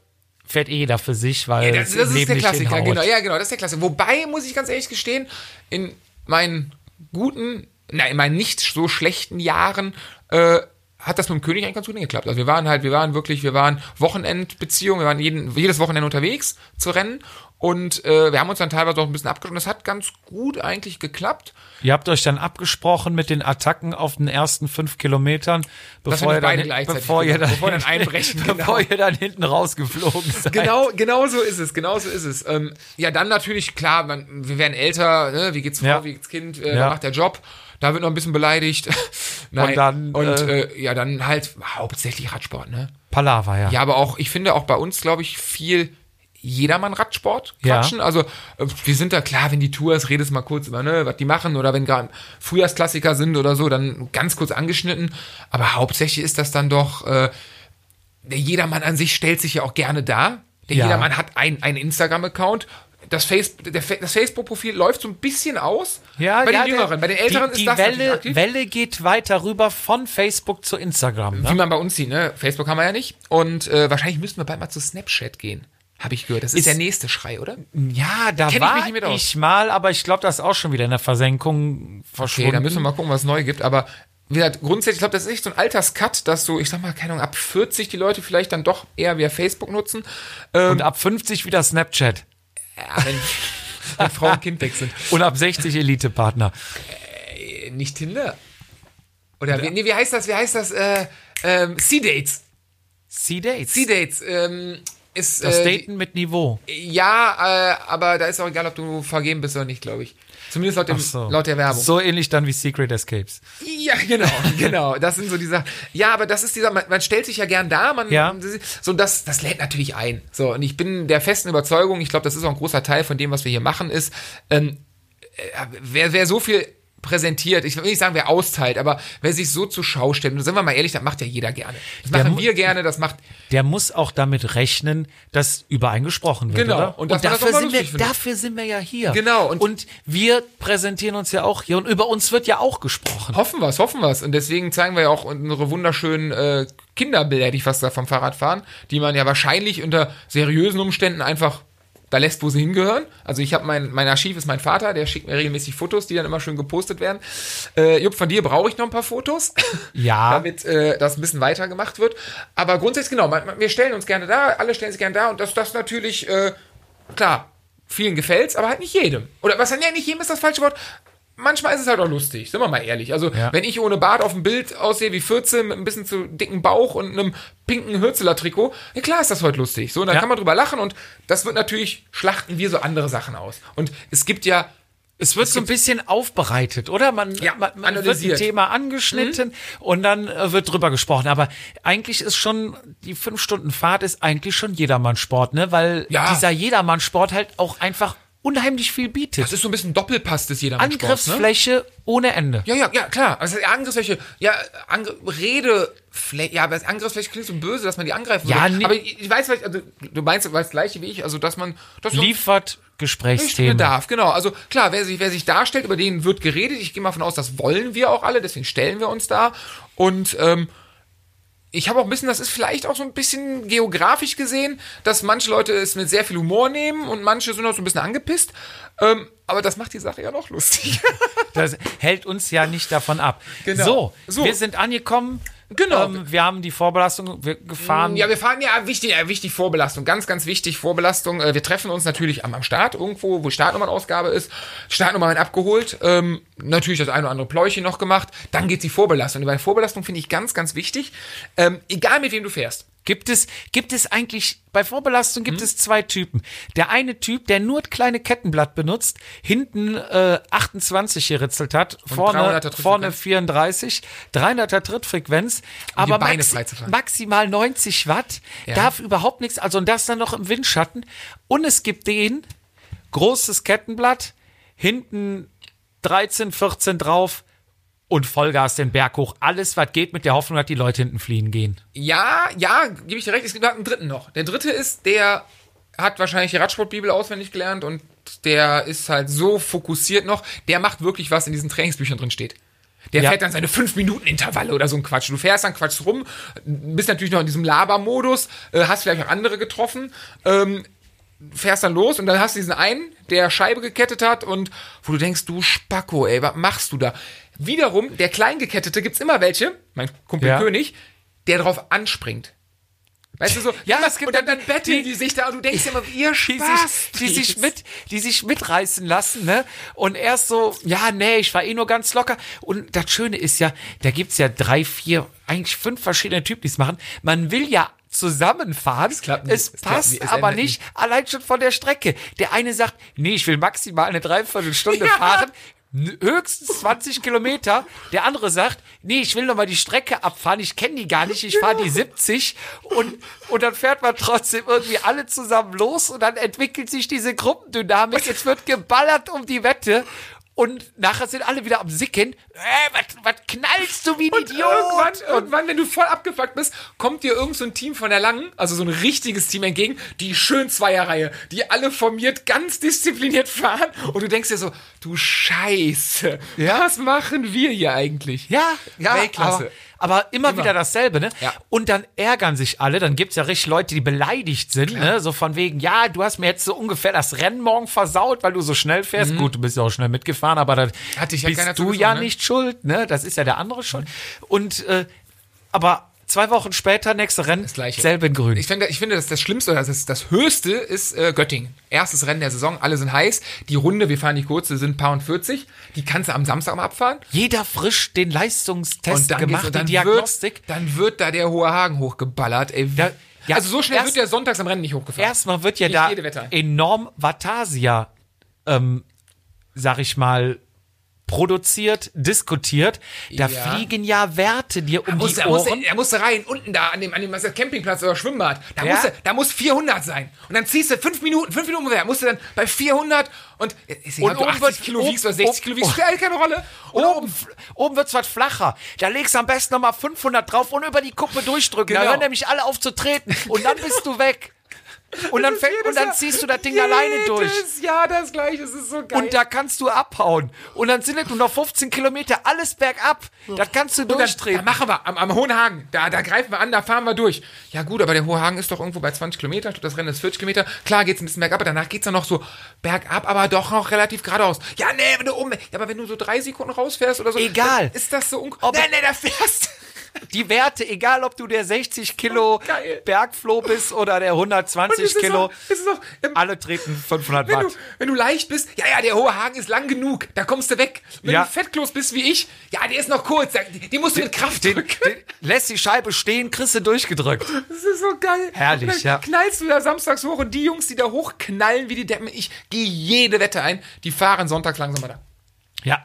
Speaker 1: fährt eh jeder für sich, weil
Speaker 2: Ja, das, das ist
Speaker 1: Leben
Speaker 2: der
Speaker 1: nicht
Speaker 2: Klassiker,
Speaker 1: hinhaut.
Speaker 2: genau. Ja, genau, das ist der Klassiker. Wobei, muss ich ganz ehrlich gestehen, in meinen guten, nein, in meinen nicht so schlechten Jahren, äh, hat das mit dem König eigentlich ganz gut hingeklappt. Also wir waren halt, wir waren wirklich, wir waren Wochenendbeziehung, wir waren jeden, jedes Wochenende unterwegs zu rennen und äh, wir haben uns dann teilweise auch ein bisschen abgesprochen. Das hat ganz gut eigentlich geklappt.
Speaker 1: Ihr habt euch dann abgesprochen mit den Attacken auf den ersten fünf Kilometern, bevor ihr
Speaker 2: wir
Speaker 1: dann,
Speaker 2: beide gleichzeitig
Speaker 1: bevor ihr
Speaker 2: gemacht
Speaker 1: dann,
Speaker 2: haben, bevor wir dann einbrechen, genau.
Speaker 1: bevor ihr dann hinten rausgeflogen seid.
Speaker 2: Genau, genau so ist es, genau so ist es. Ähm, ja, dann natürlich, klar, man, wir werden älter, ne? wie geht's Frau,
Speaker 1: Ja.
Speaker 2: wie geht's Kind, äh,
Speaker 1: Ja.
Speaker 2: wer macht der Job? Da wird noch ein bisschen beleidigt. Nein.
Speaker 1: Und dann,
Speaker 2: und
Speaker 1: äh,
Speaker 2: äh, ja, dann halt hauptsächlich Radsport, ne?
Speaker 1: Palaver, ja.
Speaker 2: Ja, aber auch, ich finde auch bei uns, glaube ich, viel jedermann Radsport
Speaker 1: Ja.
Speaker 2: quatschen. Also äh, wir sind da klar, wenn die Tour ist, redest mal kurz über, ne, was die machen oder wenn gerade Frühjahrsklassiker sind oder so, dann ganz kurz angeschnitten. Aber hauptsächlich ist das dann doch, äh, der Jedermann an sich stellt sich ja auch gerne dar. Der
Speaker 1: Ja.
Speaker 2: Jedermann hat ein- einen Instagram-Account. Das, Face, der, Fa- das Facebook-Profil läuft so ein bisschen aus. bei den
Speaker 1: der-
Speaker 2: Jüngeren, bei den Älteren
Speaker 1: die, die
Speaker 2: ist das natürlich
Speaker 1: Welle,
Speaker 2: aktiv.
Speaker 1: Welle geht weiter rüber von Facebook zu Instagram.
Speaker 2: Wie
Speaker 1: Ne?
Speaker 2: man bei uns sieht, ne? Facebook haben wir ja nicht. Und äh, wahrscheinlich müssten wir bald mal zu Snapchat gehen. Habe ich gehört. Das ist,
Speaker 1: Ist-
Speaker 2: der nächste Schrei, oder?
Speaker 1: Ja, da
Speaker 2: Kenn ich mich
Speaker 1: war
Speaker 2: nicht mit
Speaker 1: ich,
Speaker 2: aus.
Speaker 1: mal, aber ich glaube, das ist auch schon wieder in der Versenkung verschwunden.
Speaker 2: Okay, da müssen wir mal gucken, was es neu gibt. Aber wie gesagt, grundsätzlich, ich glaube, das ist echt so ein Alterscut, dass so, ich sag mal, keine Ahnung, ab 40 die Leute vielleicht dann doch eher wieder Facebook nutzen. Ähm,
Speaker 1: Und ab 50 wieder Snapchat.
Speaker 2: ja, wenn, wenn Frau und Kind weg sind.
Speaker 1: Und ab 60 Elite-Partner.
Speaker 2: Äh, Nicht Tinder. Oder wie, nee, wie heißt das? Wie heißt das? Äh, ähm, C-Dates.
Speaker 1: C-Dates.
Speaker 2: C-Dates. Ähm, ist,
Speaker 1: Das
Speaker 2: äh,
Speaker 1: Daten mit Niveau.
Speaker 2: Ja, äh, aber da ist auch egal, ob du vergeben bist oder nicht, glaube ich. Zumindest laut, dem,
Speaker 1: So.
Speaker 2: laut der Werbung.
Speaker 1: So ähnlich dann wie Secret Escapes.
Speaker 2: Ja, genau, genau. Das sind so die Sachen. Ja, aber das ist dieser, man, man stellt sich ja gern da, man,
Speaker 1: Ja.
Speaker 2: so das, das lädt natürlich ein. So, und ich bin der festen Überzeugung, ich glaube, das ist auch ein großer Teil von dem, was wir hier machen, ist, ähm, äh, wer, wer so viel präsentiert, ich will nicht sagen, wer austeilt, aber wer sich so zur Schau stellt, und sind wir mal ehrlich, das macht ja jeder gerne. Das
Speaker 1: Der
Speaker 2: machen
Speaker 1: mu-
Speaker 2: wir gerne, das macht,
Speaker 1: Der muss auch damit rechnen, dass über einen gesprochen wird.
Speaker 2: Genau.
Speaker 1: Oder?
Speaker 2: Und dass man das auch mal
Speaker 1: sind wir,
Speaker 2: lustig findet.
Speaker 1: dafür sind wir ja hier.
Speaker 2: Genau.
Speaker 1: Und,
Speaker 2: Und-
Speaker 1: wir präsentieren uns ja auch hier und über uns wird ja auch gesprochen.
Speaker 2: Hoffen wir's, hoffen wir's. Und deswegen zeigen wir ja auch unsere wunderschönen äh, Kinderbilder, hätte ich fast gesagt, vom Fahrradfahren, die man ja wahrscheinlich unter seriösen Umständen einfach da lässt, wo sie hingehören. Also ich habe mein, mein Archiv ist mein Vater, der schickt mir regelmäßig Fotos, die dann immer schön gepostet werden. Äh, Jupp, von dir brauche ich noch ein paar Fotos,
Speaker 1: Ja.
Speaker 2: damit äh, das ein bisschen weitergemacht wird. Aber grundsätzlich genau, man, man, wir stellen uns gerne da, alle stellen sich gerne da und dass das natürlich, äh, klar, vielen gefällt's, aber halt nicht jedem. Oder was, ja, nicht jedem ist das falsche Wort. Manchmal ist es halt auch lustig, sind wir mal ehrlich. Also,
Speaker 1: Ja.
Speaker 2: wenn ich ohne Bart auf dem Bild aussehe wie 14 mit ein bisschen zu dicken Bauch und einem pinken Hürzeler-Trikot, ja klar ist das heute lustig. So, und dann
Speaker 1: Ja.
Speaker 2: kann man drüber lachen und das wird natürlich, schlachten wir so andere Sachen aus. Und es gibt ja,
Speaker 1: Es wird so ein bisschen aufbereitet, oder? Man,
Speaker 2: Ja,
Speaker 1: man, man wird ein
Speaker 2: analysiert. Mhm.
Speaker 1: Thema angeschnitten und dann äh, wird drüber gesprochen. Aber eigentlich ist schon, die fünf Stunden Fahrt ist eigentlich schon Jedermann-Sport, ne? Weil
Speaker 2: Ja.
Speaker 1: dieser Jedermann-Sport halt auch einfach unheimlich viel bietet.
Speaker 2: das ist so ein bisschen Doppelpass des jeder
Speaker 1: Angriffsfläche ohne Ende.
Speaker 2: ne? Ja, ja, ja, klar. Also Angriffsfläche, ja, Angr Redefläche, ja, aber das Angriffsfläche klingt so böse, dass man die angreifen
Speaker 1: Ja,
Speaker 2: würde.
Speaker 1: nee.
Speaker 2: Aber ich, ich weiß, was ich- also, du meinst du weißt das gleiche wie ich, also dass man dass man-
Speaker 1: Liefert Gesprächsthemen.
Speaker 2: Bedarf, genau. Also klar, wer sich, wer sich darstellt, über den wird geredet. Ich gehe mal von aus, das wollen wir auch alle, deswegen stellen wir uns da. Und ähm, ich habe auch ein bisschen, das ist vielleicht auch so ein bisschen geografisch gesehen, dass manche Leute es mit sehr viel Humor nehmen und manche sind auch so ein bisschen angepisst. Ähm, aber das macht die Sache ja noch lustig.
Speaker 1: Das hält uns ja nicht davon ab.
Speaker 2: Genau.
Speaker 1: So,
Speaker 2: So.
Speaker 1: wir sind angekommen.
Speaker 2: Genau.
Speaker 1: Ähm, wir haben die Vorbelastung wir gefahren.
Speaker 2: Ähm, Ja, wir fahren ja wichtig, äh, wichtig Vorbelastung, ganz, ganz wichtig Vorbelastung. Äh, wir treffen uns natürlich am, am Start irgendwo, wo Startnummernausgabe ist. Startnummern abgeholt, ähm, natürlich das ein oder andere Pläuchchen noch gemacht. Dann geht die Vorbelastung. Und bei der Vorbelastung finde ich ganz, ganz wichtig, ähm, egal mit wem du fährst.
Speaker 1: Gibt es, gibt es eigentlich, bei Vorbelastung
Speaker 2: Mhm.
Speaker 1: gibt es zwei Typen. Der eine Typ, der nur das kleine Kettenblatt benutzt, hinten äh, 28 geritzelt hat, vorne,
Speaker 2: 300er
Speaker 1: vorne
Speaker 2: Trittfrequenz.
Speaker 1: 34, 300er Trittfrequenz, aber
Speaker 2: Beine
Speaker 1: maxi
Speaker 2: freizufahren.
Speaker 1: maximal 90 Watt, darf überhaupt nichts, also und das dann noch im Windschatten. Und es gibt den, großes Kettenblatt, hinten 13, 14 drauf und Vollgas den Berg hoch. Alles, was geht, mit der Hoffnung, dass die Leute hinten fliehen gehen.
Speaker 2: Ja, ja, gebe ich dir recht, es gibt noch einen dritten noch. Der dritte ist, der hat wahrscheinlich die Radsportbibel auswendig gelernt und der ist halt so fokussiert noch, der macht wirklich was in diesen Trainingsbüchern drin steht. Der
Speaker 1: Ja.
Speaker 2: fährt dann seine 5-Minuten-Intervalle oder so ein Quatsch. Du fährst dann Quatsch rum, bist natürlich noch in diesem Labermodus, äh, hast vielleicht auch andere getroffen, ähm, fährst dann los und dann hast du diesen einen, der Scheibe gekettet hat und wo du denkst, du Spacko, ey, was machst du da? Wiederum, der Kleingekettete gibt's immer welche, mein Kumpel
Speaker 1: Ja.
Speaker 2: König, der drauf anspringt. Weißt du so?
Speaker 1: Ja,
Speaker 2: immer-
Speaker 1: es gibt
Speaker 2: und dann,
Speaker 1: dann
Speaker 2: dann betteln
Speaker 1: die-
Speaker 2: die, sich da und du denkst dir immer, ihr
Speaker 1: die
Speaker 2: Spaß.
Speaker 1: sich, die, sich mit, die sich mitreißen lassen, ne? Und erst so, ja, nee, ich war eh nur ganz locker. Und das Schöne ist ja, da gibt's ja drei, vier, eigentlich fünf verschiedene Typen, die's machen. Man will ja zusammenfahren. Es,
Speaker 2: klappt nie.
Speaker 1: es
Speaker 2: Es klappt
Speaker 1: passt
Speaker 2: nie. Es
Speaker 1: aber
Speaker 2: endet nie.
Speaker 1: nicht, allein schon von der Strecke. Der eine sagt, nee, ich will maximal eine Dreiviertelstunde fahren. n- Höchstens 20 Kilometer. Der andere sagt, nee, ich will noch mal die Strecke abfahren. Ich kenne die gar nicht. Ich fahre die 70 und, und dann fährt man trotzdem irgendwie alle zusammen los und dann entwickelt sich diese Gruppendynamik. Jetzt wird geballert um die Wette. Und nachher sind alle wieder am Sicken. Äh, was, was knallst du wie ein
Speaker 2: Und irgendwann,
Speaker 1: Idiot? Und
Speaker 2: irgendwann, wenn du voll abgefuckt bist, kommt dir irgend so ein Team von der Langen, also so ein richtiges Team entgegen, die schön Zweierreihe, die alle formiert, ganz diszipliniert fahren und du denkst dir so, du Scheiße, was machen wir hier eigentlich?
Speaker 1: Ja, ja,
Speaker 2: Weltklasse.
Speaker 1: Aber, aber immer,
Speaker 2: Immer.
Speaker 1: wieder dasselbe, ne?
Speaker 2: Ja.
Speaker 1: Und dann ärgern sich alle, dann gibt's ja richtig Leute, die beleidigt sind, ne? So von wegen, ja, du hast mir jetzt so ungefähr das Rennen morgen versaut, weil du so schnell fährst. Gut, du bist ja auch schnell mitgefahren, aber da
Speaker 2: Hat dich Mhm. ja
Speaker 1: bist
Speaker 2: keiner
Speaker 1: du
Speaker 2: zugezogen,
Speaker 1: ja
Speaker 2: ne? Mhm.
Speaker 1: nicht schuld, ne? Das ist ja der andere schuld. Und äh, aber zwei Wochen später, nächste Rennen,
Speaker 2: Gleiche.
Speaker 1: selben Grün.
Speaker 2: Ich finde, ich finde das, das Schlimmste oder das, das Höchste ist äh, Göttingen. Erstes Rennen der Saison, alle sind heiß. Die Runde, wir fahren die kurze, sind paar und 40. Die kannst du am Samstag mal abfahren.
Speaker 1: Jeder frisch den Leistungstest
Speaker 2: und dann
Speaker 1: gemacht,
Speaker 2: gemacht, und dann
Speaker 1: die Diagnostik.
Speaker 2: Wird, dann wird da der hohe Hagen hochgeballert. Ey.
Speaker 1: Da- ja,
Speaker 2: also so schnell
Speaker 1: erst-
Speaker 2: wird der sonntags am Rennen nicht hochgefahren.
Speaker 1: erstmal wird ja
Speaker 2: Nicht
Speaker 1: da
Speaker 2: jede Wetter.
Speaker 1: enorm Vatasia, ähm, sag ich mal, produziert, diskutiert. Da
Speaker 2: Ja.
Speaker 1: fliegen ja Werte dir um die
Speaker 2: Musste, er, musste,
Speaker 1: Ohren.
Speaker 2: er musste rein, unten da an dem, an dem was ist das, Campingplatz oder Schwimmbad. Da,
Speaker 1: Ja.
Speaker 2: musste, da muss 400 sein. Und dann ziehst du fünf Minuten, fünf Minuten mehr. Musst du dann bei 400 und, ist
Speaker 1: Und
Speaker 2: egal, ob du
Speaker 1: oben wird-
Speaker 2: 80 Kilo wiegst oder
Speaker 1: oben-
Speaker 2: 60 Kilo wiegst,
Speaker 1: oben-
Speaker 2: spielt halt keine Rolle. Und
Speaker 1: Oben, oben wird's was flacher. Da legst du am besten nochmal 500 drauf und über die Kuppe durchdrücken. Da
Speaker 2: Genau.
Speaker 1: hören nämlich alle auf zu treten. Und dann bist du weg. Und dann, fällt, und dann ziehst du das Ding alleine durch.
Speaker 2: Ja, das gleiche, es ist so geil.
Speaker 1: Und da kannst du abhauen. Und dann sind es nur noch 15 Kilometer, alles bergab. Das kannst du
Speaker 2: Da, da
Speaker 1: durchtreten.
Speaker 2: machen wir am, am Hohenhagen. Da, da greifen wir an, da fahren wir durch. Ja gut, aber der Hohenhagen ist doch irgendwo bei 20 Kilometer. Ich glaube, das Rennen ist 40 Kilometer. Klar geht's ein bisschen bergab, aber danach geht's dann noch so bergab, aber doch noch relativ geradeaus. Ja, nee, wenn du oben... Ja, aber wenn du so drei Sekunden rausfährst oder so...
Speaker 1: Egal.
Speaker 2: dann Ist das so...
Speaker 1: Ob-
Speaker 2: Ob nee, nee, da fährst...
Speaker 1: die Werte, egal ob du der 60 Kilo
Speaker 2: Oh, Geil.
Speaker 1: Bergfloh bist oder der
Speaker 2: Und es
Speaker 1: 120
Speaker 2: ist
Speaker 1: Kilo,
Speaker 2: Auch, es ist auch, ähm,
Speaker 1: alle treten 500
Speaker 2: wenn, du,
Speaker 1: Watt.
Speaker 2: wenn du leicht bist, ja, ja, der hohe Haken ist lang genug, da kommst du weg. Wenn
Speaker 1: Ja.
Speaker 2: du fettklos bist wie ich, ja, der ist noch kurz, da- die, die musst du mit Kraft
Speaker 1: Den,
Speaker 2: drücken.
Speaker 1: den, lässt die Scheibe stehen, kriegst du durchgedrückt.
Speaker 2: Das ist so geil.
Speaker 1: Herrlich,
Speaker 2: Und dann
Speaker 1: ja.
Speaker 2: knallst du da samstags hoch und die Jungs, die da hochknallen wie die Deppen, ich gehe jede Wette ein, die fahren sonntags langsam mal da.
Speaker 1: Ja.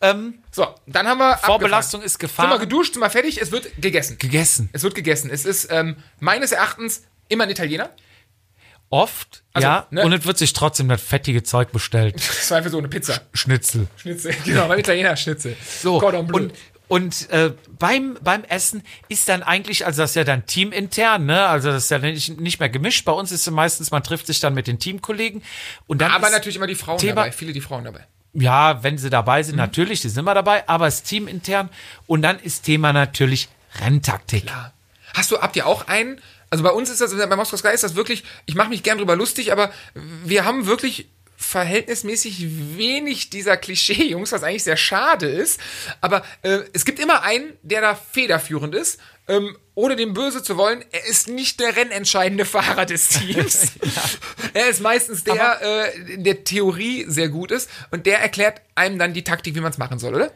Speaker 1: Ähm,
Speaker 2: So, dann haben wir
Speaker 1: Vorbelastung
Speaker 2: abgefahren.
Speaker 1: ist
Speaker 2: Sind wir
Speaker 1: gefahren.
Speaker 2: geduscht, sind wir fertig, es wird gegessen.
Speaker 1: Gegessen.
Speaker 2: Es wird gegessen. Es ist ähm, meines Erachtens immer ein Italiener.
Speaker 1: Oft,
Speaker 2: Also,
Speaker 1: ja.
Speaker 2: ne?
Speaker 1: Und es wird sich trotzdem das fettige Zeug bestellt.
Speaker 2: Das war einfach so eine Pizza.
Speaker 1: Schnitzel.
Speaker 2: Schnitzel. Genau, ein Italiener Schnitzel.
Speaker 1: So,
Speaker 2: Cordon Bleu.
Speaker 1: und, und äh, beim, beim Essen ist dann eigentlich, also das ist ja dann teamintern, ne? Also das ist ja nicht, nicht mehr gemischt. Bei uns ist es meistens, man trifft sich dann mit den Teamkollegen und dann
Speaker 2: aber
Speaker 1: ist,
Speaker 2: natürlich immer die Frauen
Speaker 1: Thema-
Speaker 2: dabei, viele die Frauen dabei.
Speaker 1: Ja, wenn sie dabei
Speaker 2: Mhm.
Speaker 1: sind, natürlich, die sind immer dabei, aber es ist teamintern. Und dann ist Thema natürlich Renntaktik.
Speaker 2: Ja. Hast du, habt ihr auch einen? Also bei uns ist das, bei Moskau Sky ist das wirklich, ich mache mich gern drüber lustig, aber wir haben wirklich verhältnismäßig wenig dieser Klischee-Jungs, was eigentlich sehr schade ist. Aber äh, es gibt immer einen, der da federführend ist. Ähm, ohne dem böse zu wollen, er ist nicht der rennentscheidende Fahrer des Teams. Er ist meistens der, äh, der Theorie sehr gut ist und der erklärt einem dann die Taktik, wie man es machen soll, oder?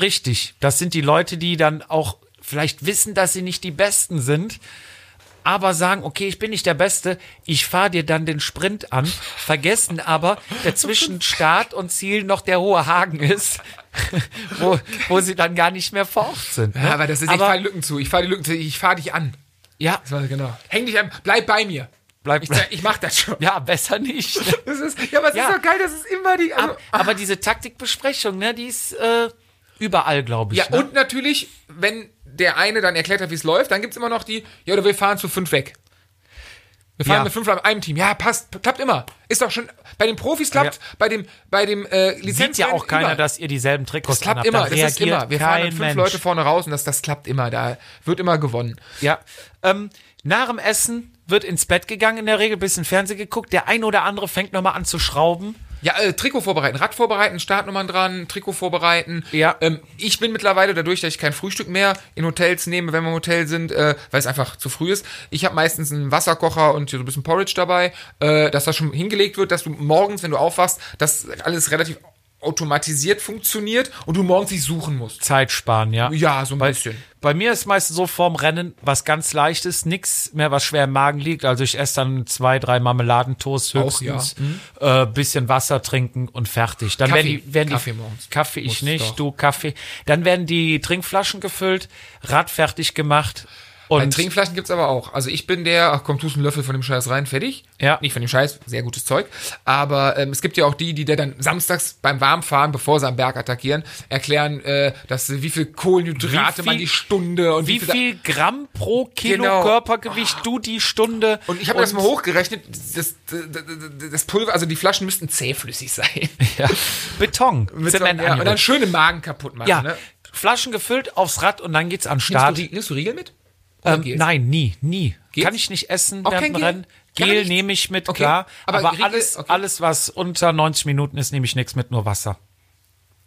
Speaker 1: Richtig. Das sind die Leute, die dann auch vielleicht wissen, dass sie nicht die Besten sind, aber sagen, okay, ich bin nicht der Beste, ich fahre dir dann den Sprint an, vergessen aber, der zwischen Start und Ziel noch der hohe Hagen ist, wo, wo sie dann gar nicht mehr vor Ort sind. Ne?
Speaker 2: Ja, aber das ist, ich fahre Lücken zu, ich fahre die Lücken zu, ich fahre dich an.
Speaker 1: ja,
Speaker 2: Das war genau. Häng dich an, bleib bei mir.
Speaker 1: bleib,
Speaker 2: Ich, sag, ich mach das schon.
Speaker 1: ja, besser nicht. ne?
Speaker 2: Das ist, ja, aber es
Speaker 1: Ja.
Speaker 2: ist doch geil, das ist immer die. Also,
Speaker 1: aber diese Taktikbesprechung, ne, die ist äh, überall, glaube ich.
Speaker 2: ja,
Speaker 1: ne?
Speaker 2: und natürlich, wenn der eine dann erklärt hat, wie es läuft, dann gibt's immer noch die, ja, oder wir fahren zu fünf weg. Wir fahren
Speaker 1: Ja.
Speaker 2: mit fünf an einem Team. Ja, passt, p- klappt immer. Ist doch schon, bei den Profis klappt,
Speaker 1: Ja.
Speaker 2: bei dem, bei dem äh, Lizenz.
Speaker 1: Sieht ja auch keiner, dass ihr dieselben Trikots
Speaker 2: Das klappt
Speaker 1: anhabt.
Speaker 2: immer,
Speaker 1: da
Speaker 2: das ist immer. Wir fahren dann
Speaker 1: kein
Speaker 2: fünf
Speaker 1: Mensch.
Speaker 2: Leute vorne raus und das, das klappt immer. Da wird immer gewonnen.
Speaker 1: Ja. Ähm, nach dem Essen wird ins Bett gegangen, in der Regel bisschen Fernsehen geguckt. Der ein oder andere fängt nochmal an zu schrauben.
Speaker 2: Ja, äh, Trikot vorbereiten, Rad vorbereiten, Startnummern dran, Trikot vorbereiten.
Speaker 1: Ja.
Speaker 2: Ähm, ich bin mittlerweile dadurch, dass ich kein Frühstück mehr in Hotels nehme, wenn wir im Hotel sind, äh, weil es einfach zu früh ist. Ich habe meistens einen Wasserkocher und so ein bisschen Porridge dabei, äh, dass das schon hingelegt wird, dass du morgens, wenn du aufwachst, das alles relativ automatisiert funktioniert und du morgens nicht suchen musst.
Speaker 1: Zeit sparen, ja.
Speaker 2: Ja, so ein bisschen.
Speaker 1: Bei mir ist meistens so vorm Rennen was ganz leichtes, nix mehr, was schwer im Magen liegt. Also ich esse dann zwei, drei Marmeladentoast
Speaker 2: Auch, Mhm.
Speaker 1: höchstens, äh, bisschen Wasser trinken und fertig. Dann
Speaker 2: Kaffee.
Speaker 1: werden die, werden die
Speaker 2: Kaffee morgens.
Speaker 1: Kaffee ich
Speaker 2: Muss
Speaker 1: nicht,
Speaker 2: doch.
Speaker 1: du Kaffee. Dann werden die Trinkflaschen gefüllt, Rad fertig gemacht
Speaker 2: Bei
Speaker 1: und
Speaker 2: Trinkflaschen gibt's aber auch. Also ich bin der, ach komm, tust einen Löffel von dem Scheiß rein, fertig.
Speaker 1: Ja.
Speaker 2: Nicht von dem Scheiß, sehr gutes Zeug. Aber ähm, es gibt ja auch die, die der dann samstags beim Warmfahren, bevor sie am Berg attackieren, erklären, äh, dass äh, wie viel Kohlenhydrate
Speaker 1: Wie viel-
Speaker 2: man die Stunde und wie,
Speaker 1: wie viel Gramm pro Kilo
Speaker 2: Genau.
Speaker 1: Körpergewicht du die Stunde
Speaker 2: Und ich habe das mal hochgerechnet, das, das, das Pulver, also die Flaschen müssten zähflüssig sein.
Speaker 1: ja, Beton,
Speaker 2: Mit so-
Speaker 1: Zement
Speaker 2: ja, und dann
Speaker 1: angerührt.
Speaker 2: schön im Magen kaputt machen.
Speaker 1: ja,
Speaker 2: Ne?
Speaker 1: Flaschen gefüllt aufs Rad und dann geht's an den
Speaker 2: Nimmst, du,
Speaker 1: Start.
Speaker 2: Rie- nimmst du Riegel mit? Oder
Speaker 1: Ähm,
Speaker 2: Gels?
Speaker 1: nein, nie, nie.
Speaker 2: Gels?
Speaker 1: Kann ich nicht essen
Speaker 2: Auch
Speaker 1: während
Speaker 2: kein
Speaker 1: dem
Speaker 2: Gel?
Speaker 1: Rennen.
Speaker 2: Gar
Speaker 1: Gel
Speaker 2: nicht?
Speaker 1: nehme ich mit,
Speaker 2: Okay,
Speaker 1: klar.
Speaker 2: aber
Speaker 1: Aber,
Speaker 2: Riegel-
Speaker 1: alles,
Speaker 2: okay.
Speaker 1: alles, was unter 90 Minuten ist, nehme ich nichts mit, nur Wasser.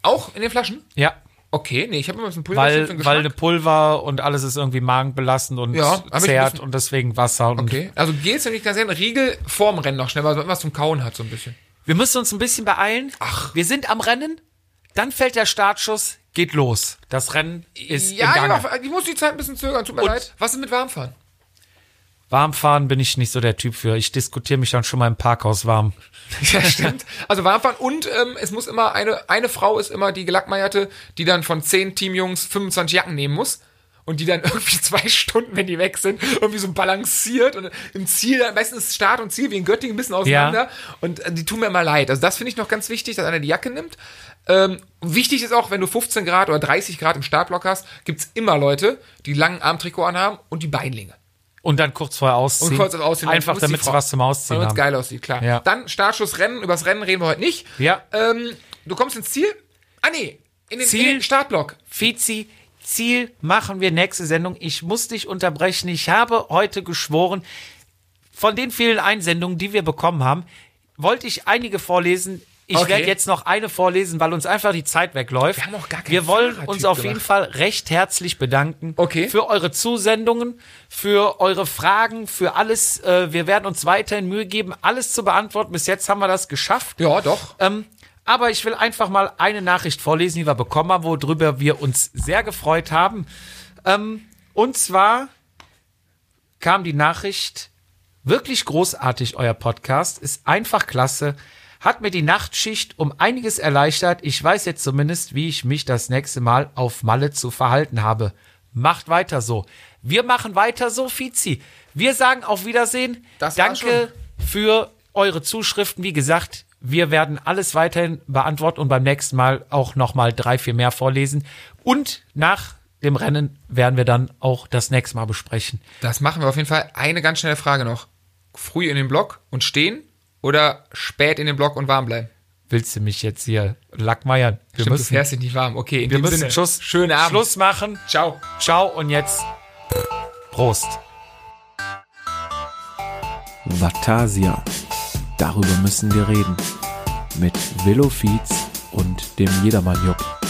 Speaker 2: Auch in den Flaschen?
Speaker 1: Ja,
Speaker 2: Okay, nee, ich habe immer so ein Pulver für den
Speaker 1: weil,
Speaker 2: Geschmack.
Speaker 1: weil eine Pulver und alles ist irgendwie magenbelastend und
Speaker 2: Ja, aber ich
Speaker 1: zehrt
Speaker 2: muss-
Speaker 1: und deswegen Wasser. Und
Speaker 2: Okay, also Gels nämlich ganz gerne Riegel vorm Rennen noch schnell, weil man was zum Kauen hat so ein bisschen.
Speaker 1: Wir müssen uns ein bisschen beeilen. Ach. Wir sind am Rennen, dann fällt der Startschuss, geht los. Das Rennen ist im Gange.
Speaker 2: genau, ich muss die Zeit ein bisschen zögern, tut mir
Speaker 1: Und-
Speaker 2: leid. Was ist mit Warmfahren?
Speaker 1: Warmfahren bin ich nicht so der Typ für. Ich diskutiere mich dann schon mal im Parkhaus warm.
Speaker 2: Ja, stimmt. Also Warmfahren und ähm, es muss immer eine, eine Frau ist immer die Gelackmeierte, die dann von zehn Teamjungs 25 Jacken nehmen muss. Und die dann irgendwie zwei Stunden, wenn die weg sind, irgendwie so balanciert und im Ziel, am besten ist Start und Ziel wie in Göttingen ein bisschen auseinander. Und äh, die tun mir immer leid. Also das finde ich noch ganz wichtig, dass einer die Jacke nimmt. Ähm, wichtig ist auch, wenn du 15 Grad oder 30 Grad im Startblock hast, gibt's immer Leute, die langen Armtrikot anhaben und die Beinlinge.
Speaker 1: Und dann kurz vorher ausziehen.
Speaker 2: Und kurz das Aussehen.
Speaker 1: Einfach,
Speaker 2: muss die
Speaker 1: damit sie
Speaker 2: Frau-
Speaker 1: was zum Ausziehen
Speaker 2: Damit es
Speaker 1: haben.
Speaker 2: geil aussieht, klar.
Speaker 1: Ja.
Speaker 2: Dann Startschuss Rennen. Übers Rennen reden wir heute nicht.
Speaker 1: Ja.
Speaker 2: Ähm, du kommst ins Ziel. Ah, nee. In den,
Speaker 1: Ziel.
Speaker 2: In den Startblock.
Speaker 1: Fizi, Ziel machen wir nächste Sendung. Ich muss dich unterbrechen. Ich habe heute geschworen, von den vielen Einsendungen, die wir bekommen haben, wollte ich einige vorlesen. Ich
Speaker 2: Okay.
Speaker 1: werde jetzt noch eine vorlesen, weil uns einfach die Zeit wegläuft.
Speaker 2: Wir haben auch gar keinen
Speaker 1: wir wollen
Speaker 2: Fahrertyp
Speaker 1: uns auf
Speaker 2: gemacht.
Speaker 1: jeden Fall recht herzlich bedanken
Speaker 2: Okay.
Speaker 1: für eure Zusendungen, für eure Fragen, für alles. Äh, Wir werden uns weiterhin Mühe geben, alles zu beantworten. Bis jetzt haben wir das geschafft.
Speaker 2: Ja, doch.
Speaker 1: Ähm, aber ich will einfach mal eine Nachricht vorlesen, die wir bekommen haben, worüber wir uns sehr gefreut haben. Ähm, und zwar kam die Nachricht, wirklich großartig, euer Podcast, ist einfach klasse, hat mir die Nachtschicht um einiges erleichtert. Ich weiß jetzt zumindest, wie ich mich das nächste Mal auf Malle zu verhalten habe. Macht weiter so. Wir machen weiter so, Fizi. Wir sagen auf Wiedersehen.
Speaker 2: Das war's
Speaker 1: Danke für eure Zuschriften. Wie gesagt, wir werden alles weiterhin beantworten und beim nächsten Mal auch nochmal drei, vier mehr vorlesen. Und nach dem Rennen werden wir dann auch das nächste Mal besprechen.
Speaker 2: Das machen wir auf jeden Fall. Eine ganz schnelle Frage noch. Früh in den Block und stehen oder spät in den Block und warm bleiben?
Speaker 1: Willst du mich jetzt hier lackmeiern? Wir
Speaker 2: Stimmt, du
Speaker 1: müssen,
Speaker 2: fährst dich nicht warm. Okay, in
Speaker 1: wir
Speaker 2: dem
Speaker 1: müssen
Speaker 2: Sinne.
Speaker 1: Schluss,
Speaker 2: Schönen Abend.
Speaker 1: Schluss machen.
Speaker 2: Ciao.
Speaker 1: Ciao und jetzt
Speaker 4: Prost.
Speaker 1: Vatasia. Darüber müssen wir reden. Mit Velo Fietz und dem Jedermann Jupp.